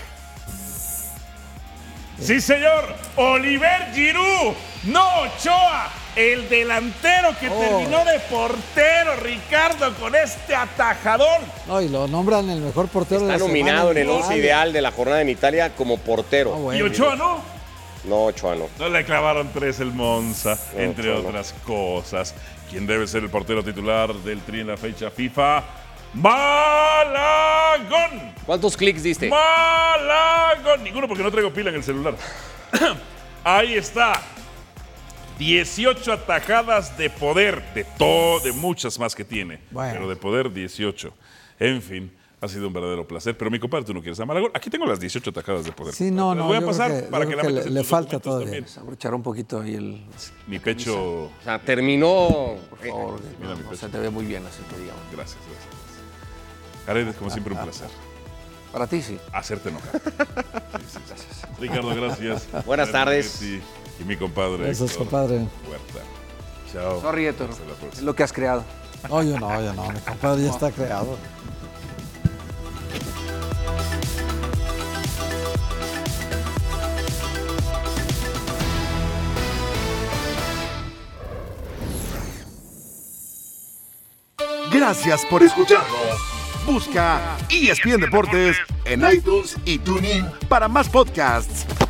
[SPEAKER 2] Sí, señor. Oliver Giroud. No, Ochoa. El delantero
[SPEAKER 7] Oh.
[SPEAKER 2] que terminó de portero, Ricardo, con este atajador.
[SPEAKER 7] No, y lo nombran el mejor portero
[SPEAKER 4] Está
[SPEAKER 7] de la
[SPEAKER 4] nominado en
[SPEAKER 7] semana.
[SPEAKER 4] el 11 ideal de la jornada en Italia como portero.
[SPEAKER 2] Y Ochoa no.
[SPEAKER 4] No, Ochoa no.
[SPEAKER 2] No le clavaron tres el Monza,
[SPEAKER 4] No,
[SPEAKER 2] entre
[SPEAKER 4] Ochoa no.
[SPEAKER 2] otras cosas. ¿Quién debe ser el portero titular del tri en la fecha FIFA? ¡Malagón!
[SPEAKER 4] ¿Cuántos clics diste?
[SPEAKER 2] ¡Malagón! Ninguno porque no traigo pila en el celular. Ah, Ahí está. 18 atajadas de poder, de todo, de muchas más que tiene,
[SPEAKER 7] Bueno.
[SPEAKER 2] pero de poder 18. En fin, ha sido un verdadero placer. Pero mi compadre, tú no quieres a Malagón. Aquí tengo las 18 atajadas de poder.
[SPEAKER 7] Sí, no,
[SPEAKER 2] Te las
[SPEAKER 7] no.
[SPEAKER 2] voy a
[SPEAKER 7] yo
[SPEAKER 2] pasar
[SPEAKER 7] creo que-
[SPEAKER 2] para
[SPEAKER 7] yo
[SPEAKER 2] que, la
[SPEAKER 7] creo
[SPEAKER 2] metas
[SPEAKER 7] le,
[SPEAKER 2] en
[SPEAKER 7] le
[SPEAKER 2] tus
[SPEAKER 7] falta
[SPEAKER 2] documentos
[SPEAKER 7] todavía.
[SPEAKER 2] también.
[SPEAKER 6] Abrochar un poquito ahí el.
[SPEAKER 2] Mi pecho.
[SPEAKER 4] O sea, terminó. eh,
[SPEAKER 6] Por favor, que
[SPEAKER 2] Mira
[SPEAKER 6] no-
[SPEAKER 2] mi
[SPEAKER 6] no
[SPEAKER 2] pecho.
[SPEAKER 6] se te ve muy bien así, que digamos. Ah,
[SPEAKER 2] Gracias, gracias. Jared, como siempre, un placer.
[SPEAKER 6] Para ti sí.
[SPEAKER 2] Hacerte enojar. Ricardo, gracias.
[SPEAKER 4] Buenas tardes.
[SPEAKER 2] Sí. Y mi compadre.
[SPEAKER 7] Gracias,
[SPEAKER 2] Héctor
[SPEAKER 7] compadre.
[SPEAKER 2] Huerta. Chao.
[SPEAKER 6] Sorry, Héctor.
[SPEAKER 2] Hasta la próxima.
[SPEAKER 6] Es lo que has creado.
[SPEAKER 7] No, yo no, yo no. Mi compadre ya está creado.
[SPEAKER 1] Gracias por escucharnos. E Busca ESPN Deportes en iTunes y TuneIn para más podcasts.